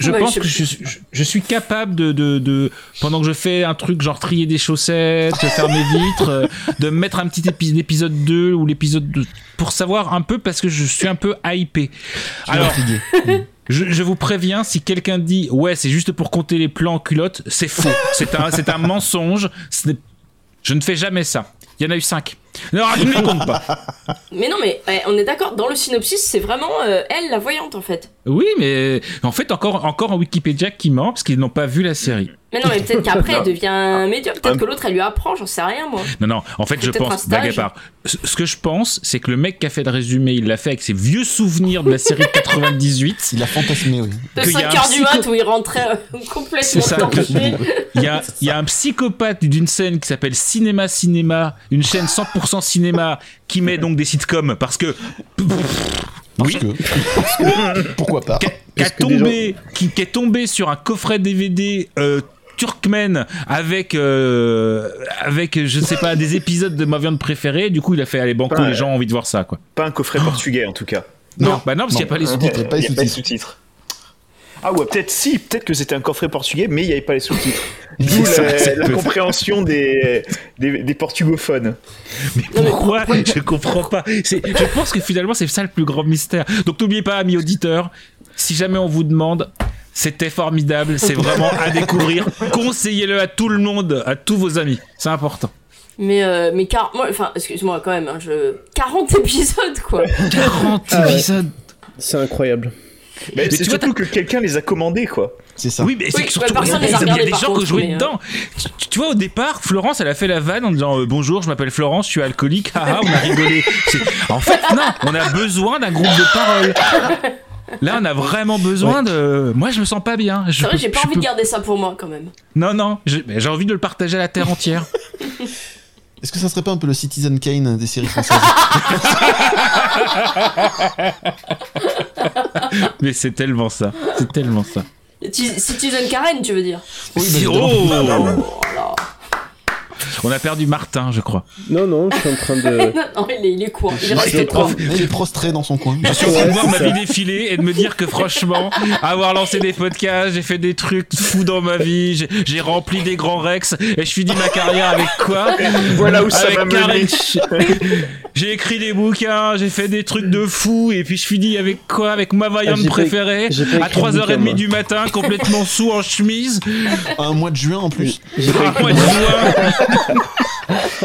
B: Je
H: Ouais,
B: pense
H: je-
B: que je, je- je suis capable de, de, de- pendant que je fais un truc genre trier des chaussettes, faire mes vitres, euh, de mettre un petit épi- épisode 2 ou l'épisode 2 pour savoir un peu parce que je suis un peu hypé. Alors, je, je vous préviens, si quelqu'un dit ouais, c'est juste pour compter les plans en culotte, c'est faux. C'est un, c'est un mensonge. Ce n'est- je ne fais jamais ça. Il y en a eu 5. Non, je ne les compte pas.
H: Mais non, mais eh, on est d'accord, dans le synopsis, c'est vraiment euh, elle la voyante en fait.
B: Oui, mais en fait, encore, encore en Wikipédia qui ment parce qu'ils n'ont pas vu la série.
H: Mais non, mais peut-être qu'après
B: Non.
H: elle devient médium, peut-être
B: Ah.
H: que l'autre elle lui apprend, j'en sais rien moi.
B: Non, non, en fait,
H: C'est
B: je
H: peut-être un
B: pense,
H: stage.
B: blague à part. Ce ce que je pense, c'est que le mec qui a fait le résumé, il l'a fait avec ses vieux souvenirs de la série de 98. Il
G: a fantasmé, oui.
H: De 5h du mat où il rentrait euh,
B: C'est
H: complètement
B: ça.
H: torché.
B: Il y, a, il y a un psychopathe d'une scène qui s'appelle Cinéma Cinéma, une chaîne 100% cinéma qui met donc des sitcoms parce que. oui.
G: Pourquoi pas
B: Qui a tombé, qui, qui est tombé sur un coffret DVD euh, Turkmen avec euh, avec je sais pas des épisodes de ma viande préférée. Du coup, il a fait allez banco,
I: Ouais.
B: les gens ont envie de voir ça quoi.
I: Pas un coffret portugais en tout cas.
B: Non, bah non, parce qu'il n'y a pas les sous-titres.
I: Il y a pas les sous-titres. Ah ouais, peut-être si, peut-être que c'était un coffret portugais, mais il n'y avait pas les sous-titres. D'où
B: C'est
I: la,
B: ça, ça
I: la
B: peut-
I: compréhension des, des, des portugophones.
B: Pourquoi Je comprends pas. C'est- Je pense que finalement, c'est ça le plus grand mystère. Donc n'oubliez pas, amis auditeurs, si jamais on vous demande, c'était formidable, c'est vraiment à découvrir. Conseillez-le à tout le monde, à tous vos amis. C'est important.
H: Mais, euh, mais car... moi, enfin, excuse-moi quand même, hein, je... 40 épisodes quoi.
B: 40
A: Ah ouais.
B: épisodes.
A: C'est incroyable.
I: Mais,
A: Mais
I: c'est
A: tu vois,
I: surtout que quelqu'un les a commandés, quoi.
G: C'est
B: Oui, mais c'est
I: que
B: surtout
H: bah,
B: il y a des gens qui ont joué dedans.
H: euh.
B: Tu, tu vois, au départ, Florence, elle a fait la vanne en disant euh, Bonjour, je m'appelle Florence, je suis alcoolique. Haha, on a rigolé. C'est- En fait, non, on a besoin d'un groupe de parole. Là, on a vraiment besoin de. Moi, je me sens pas bien. Je
H: C'est vrai,
B: peux-
H: j'ai pas
B: je
H: envie
B: peux-
H: de garder ça pour moi quand même.
B: Non, non, je- mais j'ai envie de le partager à la terre entière.
G: Est-ce que ça serait pas un peu le Citizen Kane des séries françaises
B: mais c'est tellement ça. C'est tellement ça.
H: Ti- Citizen Karen, tu veux dire
B: Si-
H: évidemment.
B: oh On a perdu Martin, je crois.
A: Non, non, je suis en train de.
H: non, non, il est, il est court. Il
G: Il
H: reste
G: est
H: court.
G: pro- il est prostré dans son coin.
B: Je suis en train
G: Ouais,
B: de voir
G: c'est
B: ma
G: ça.
B: vie défiler et de me dire que franchement, avoir lancé des podcasts, j'ai fait des trucs fous dans ma vie, j'ai- j'ai rempli des grands rex et je finis ma carrière avec quoi
I: Voilà où ça
B: Avec
I: m'a mené.
B: Karen. J'ai écrit des bouquins, j'ai fait des trucs de fou et puis je finis avec quoi Avec ma
G: Ah,
B: vaillante
G: j'ai pas-
B: préférée
G: j'ai pas
B: à
G: écrit de bouquin,
B: 3h30
G: moi.
B: du matin, complètement sous en chemise.
G: Un mois de juin en plus.
B: Un mois de juin.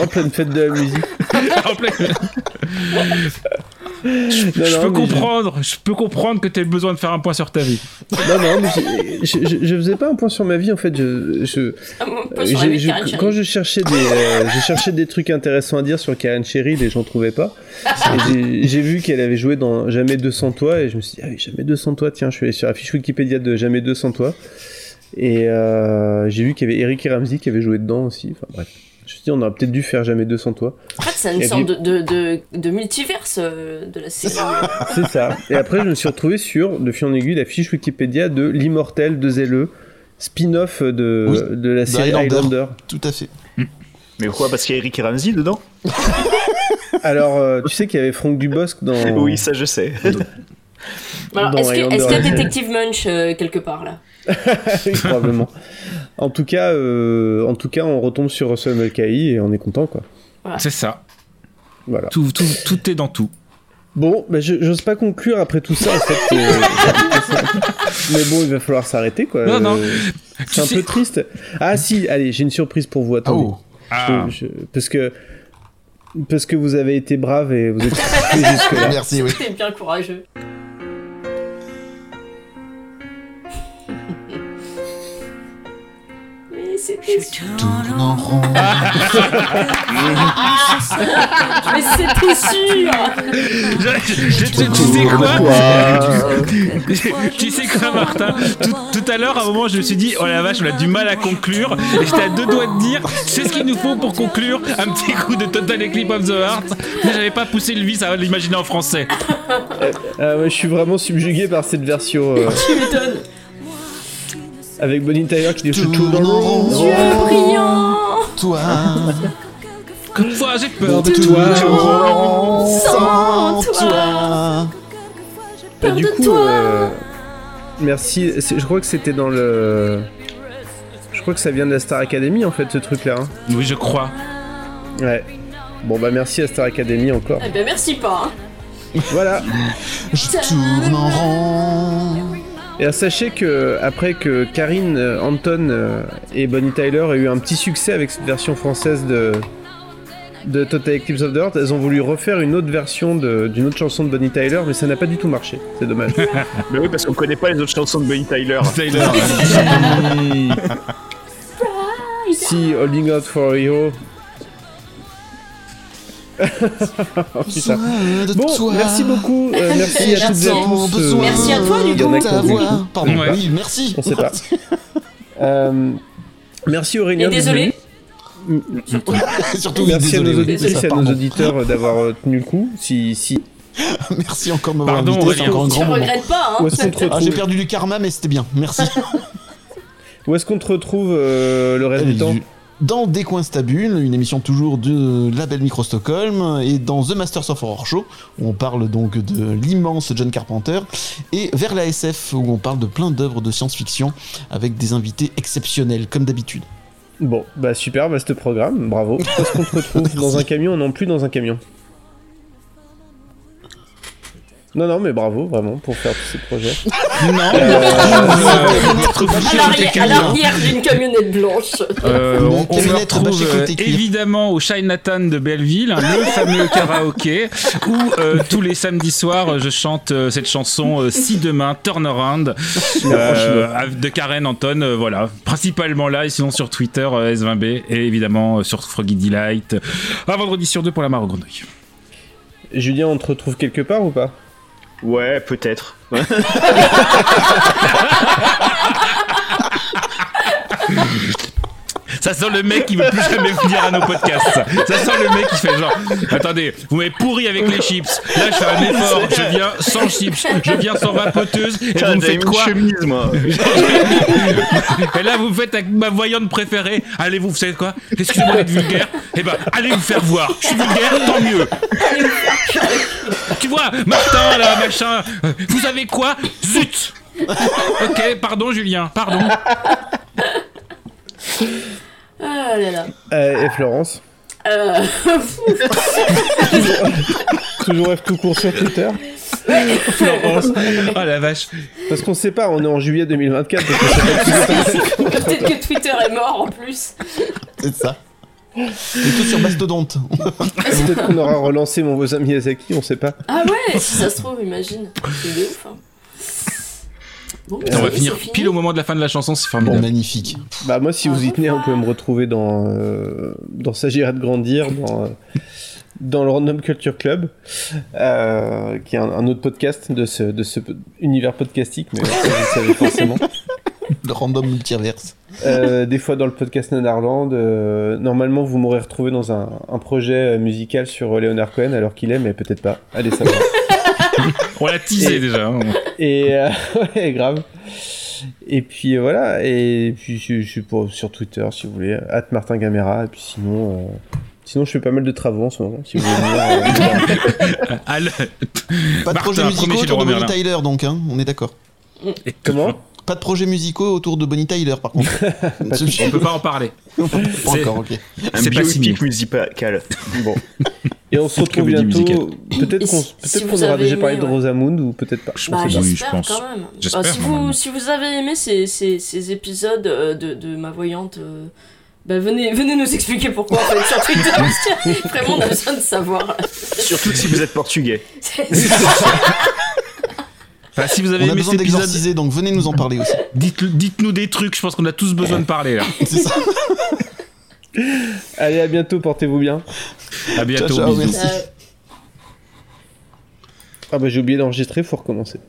A: en pleine fête de la musique.
B: En pleine- Je,
A: Non,
B: je
A: non,
B: peux
A: mais
B: comprendre, je peux comprendre que tu aies besoin de faire un point sur ta vie.
A: Non, non, mais j'ai- je, je- je faisais pas un point sur ma vie en fait. Je, je,
H: point Ah, sur
A: Euh,
H: la
A: j'ai-
H: vie de
A: je-
H: Karen Sherry.
A: quand je cherchais des, euh, je cherchais des trucs intéressants à dire sur Karen Sherry, les gens trouvaient pas. Et j'ai- J'ai vu qu'elle avait joué dans Jamais 200 toi et je me suis dit ah oui Jamais 200 toi tiens je suis allé sur la fiche Wikipédia de Jamais 200 toi et euh, j'ai vu qu'il y avait Eric et Ramsey qui avait joué dedans aussi. Enfin bref, je me suis dit on aurait peut-être dû faire Jamais 200 toi.
H: En fait, c'est une
A: Et
H: sorte
A: puis-
H: de, de, de, de multiverse euh, de la série.
A: C'est ça. Et après, je me suis retrouvé sur, de fil en aiguille, la fiche Wikipédia de l'immortel de Zelleux, spin-off de, de la série
I: Highlander.
A: Highlander.
G: Tout à fait.
I: Mais pourquoi Parce qu'il y a Eric et Ramsey dedans
A: Alors, euh, tu sais qu'il y avait Franck Dubosc dans.
I: Oui, ça je sais.
H: Mais alors,
A: Dans
H: Est-ce que-
A: Highlander,
H: est-ce qu'il y a
A: ouais.
H: Detective Munch euh, quelque part là
A: Oui, probablement. En tout, cas, euh, en tout cas, on retombe sur Russell Mulcahy et on est content, quoi.
B: C'est ça.
A: Voilà.
B: Tout, tout, tout est dans tout.
A: Bon, bah, je j'ose pas conclure après tout ça, en fait. euh, mais bon, il va falloir s'arrêter, quoi.
B: Non, non.
A: Euh,
B: Tu
A: C'est un
B: sais-
A: peu triste. Ah, si, allez, j'ai une surprise pour vous. Attendez.
B: Ah.
A: Je- je- parce que. Parce que vous avez été brave et vous êtes jusque-là.
H: T'es bien courageux. Mais c'était
G: Tourne en rond.
H: Mais c'était sûr
B: Je- je- tu- tu sais quoi Tu sais quoi, Martin tout, tout à l'heure, à un moment, je me suis dit, oh la vache, on a du mal à conclure. Et j'étais à deux doigts de dire, c'est ce qu'il nous faut pour conclure un petit coup de Total Eclipse of the Heart. Mais j'avais pas poussé le vice à l'imaginer en français.
O: Ah ouais, je suis vraiment subjugué par cette version. euh, Avec Bonnie Tyler qui dit Je tourne en rond.
G: Toi.
B: Comme toi, j'ai peur de
G: Tout
B: toi.
G: en
H: sans
G: rond, toi.
O: Bah, du coup, euh, merci. c'est- Je crois que c'était dans le. Je crois que ça vient de la Star Academy en fait, ce truc-là. hein.
B: Oui, je crois.
O: Ouais. Bon bah merci à Star Academy encore.
H: Eh ben merci pas hein.
O: voilà.
G: Je tourne en rond.
O: Et alors, sachez que après que Karine, euh, Anton euh, et Bonnie Tyler aient eu un petit succès avec cette version française de de Total Eclipse of the Heart, elles ont voulu refaire une autre version de- d'une autre chanson de Bonnie Tyler, mais ça n'a pas du tout marché. C'est dommage.
P: Mais oui, parce qu'on connaît pas les autres chansons de Bonnie Tyler.
B: Tyler.
O: si Holding Out for a Hero. Oh, putain. Bon, merci beaucoup. euh, merci à toutes et à tous. euh,
H: Merci à toi,
O: il y
H: du
O: en
H: coup.
O: a qui ont compris.
G: Pardon, oui, merci.
O: On sait pas. Euh, merci Aurélien.
H: Et désolé.
O: Mm,
G: Surtout- surtout,
O: merci
G: désolé,
O: à nos
G: oui,
O: auditrices
G: c'est ça,
O: et à nos
G: pardon.
O: auditeurs euh, d'avoir euh, tenu le coup. Si, si.
G: Merci encore de m'avoir
O: Pardon,
G: invité,
O: Aurélien.
G: c'est encore un
O: Tu
G: grand moment.
H: regrettes pas, hein,
O: Où est-ce qu'on te
G: Ah,
O: retrouve
G: J'ai perdu du karma, mais c'était bien. Merci.
O: Où est-ce qu'on te retrouve euh, le reste du temps
G: Dans Des coins stabules, une émission toujours de Label Micro Stockholm, et dans The Masters of Horror Show, où on parle donc de l'immense John Carpenter, et vers la SF, où on parle de plein d'œuvres de science-fiction avec des invités exceptionnels, comme d'habitude.
O: Bon, bah super, vaste programme, bravo. Où est-ce qu'on te retrouve Dans un camion, non plus dans un camion. Non, non, mais bravo, vraiment, pour faire tous ces projets.
B: Non,
G: Euh,
B: Euh,
H: À l'arrière- à l'arrière d'une camionnette blanche.
B: Euh, on on me
G: Fenêtre
B: retrouve
G: bâchée
B: euh,
G: côté cuir.
B: évidemment au Chinatown de Belleville, hein, le fameux karaoké, où euh, tous les samedis soirs euh, je chante euh, cette chanson euh, Si demain, Turnaround, euh, de Karen Anton. euh, voilà, principalement là et sinon sur Twitter euh, S20B et évidemment euh, sur Froggy Delight. euh, À vendredi sur deux pour la mare aux grenouilles.
O: Julien, on te retrouve quelque part ou pas
P: Ouais, peut-être.
B: Ça sent le mec qui veut plus jamais venir à nos podcasts. Ça sent le mec qui fait genre Attendez, vous m'avez pourri avec les chips. Là, je fais un effort. Je viens sans chips. Je viens sans vapoteuse. Et
P: Putain,
B: vous me
P: j'avais
B: faites
P: mis une
B: quoi
P: chemise, moi.
B: Et là, vous me faites avec ma voyante préférée. Allez, vous, vous savez quoi Excusez-moi d'être vulgaire. Eh ben, allez vous faire voir. Je suis vulgaire, tant mieux. Tu vois, Martin, là, machin. euh, Vous savez quoi Zut Ok, pardon, Julien. Pardon.
H: Ah là là.
O: Euh, Et Florence
H: Euh,
O: Toujours rêve tout court sur Twitter
B: Florence Oh la vache
O: Parce qu'on sait pas, on est en juillet 2024. donc on sait pas.
H: Peut-être que Twitter est mort en plus.
G: C'est ça. Et tout sur Mastodonte.
O: Peut-être qu'on aura relancé mon voisin Miyazaki, on sait pas.
H: Ah ouais, si ça se trouve, imagine. C'est de ouf. hein. Bon, bah,
B: On va
H: c'est
B: finir
H: fini.
B: pile au moment de la fin de la chanson, c'est
G: Bon,
B: formidable.
G: magnifique.
O: Bah moi si vous y tenez, vous pouvez me retrouver dans euh, dans S'agira de grandir, dans euh, dans le Random Culture Club, euh, qui est un, un autre podcast de ce de ce p- univers podcastique, mais ça, vous le savez forcément.
G: Le random multiverse.
O: Euh, des fois dans le podcast Nanarland, euh, normalement vous m'aurez retrouvé dans un, un projet euh, musical sur euh, Leonard Cohen alors qu'il est, mais peut-être pas. Allez savoir.
B: On l'a teasé
O: Et-
B: déjà. hein.
O: Et euh, ouais, grave. Et puis euh, voilà. Et puis je, je suis pour- sur Twitter si vous voulez, at Martin Gamera. ah, Et puis sinon, euh, sinon je fais pas mal de travaux en ce moment. Si vous voulez venir, euh,
B: Ah, le-
G: Pas de
B: Martin,
G: projet
B: premier
G: musicaux
B: chez
G: autour
B: Laurent
G: de Bonnie
B: Merlin.
G: Tyler, donc, hein, on est d'accord.
O: comment
G: Pas de projet musicaux autour de Bonnie Tyler, par contre.
B: On peut pas en parler.
G: Pas encore, ok.
P: Un
B: C'est pas signé.
P: biopic musical.
O: Bon. Et on se retrouve
B: Comédie
O: bientôt.
H: Et
O: Peut-être qu'on
H: si- si
O: peut-être qu'on
H: vous
O: aura
H: avez euh,
O: déjà
H: aimé,
O: parlé de
H: ouais.
O: Rosamund ou peut-être pas.
H: Bah,
O: On sait pas.
H: j'espère
B: pense.
H: quand même.
B: J'espère, hein.
H: Bah, si,
B: normalement.
H: vous, si vous avez aimé ces, ces, ces épisodes euh, de, de ma voyante, euh, bah, venez, venez nous expliquer pourquoi en fait, sur Twitter. parce que vraiment, on a besoin de savoir.
P: Surtout si vous êtes portugais.
B: Enfin, si vous avez
G: On a
B: aimé
G: besoin
B: cet épisode-
G: d'exorciser, donc venez nous en parler aussi. Eh.
B: Dites- Dites-nous des trucs, je pense qu'on a tous besoin de parler là.
O: Allez, à bientôt, portez-vous bien.
B: À bientôt,
O: Ciao, ciao,
B: bisous.
O: merci. Ah bah j'ai oublié d'enregistrer, faut recommencer.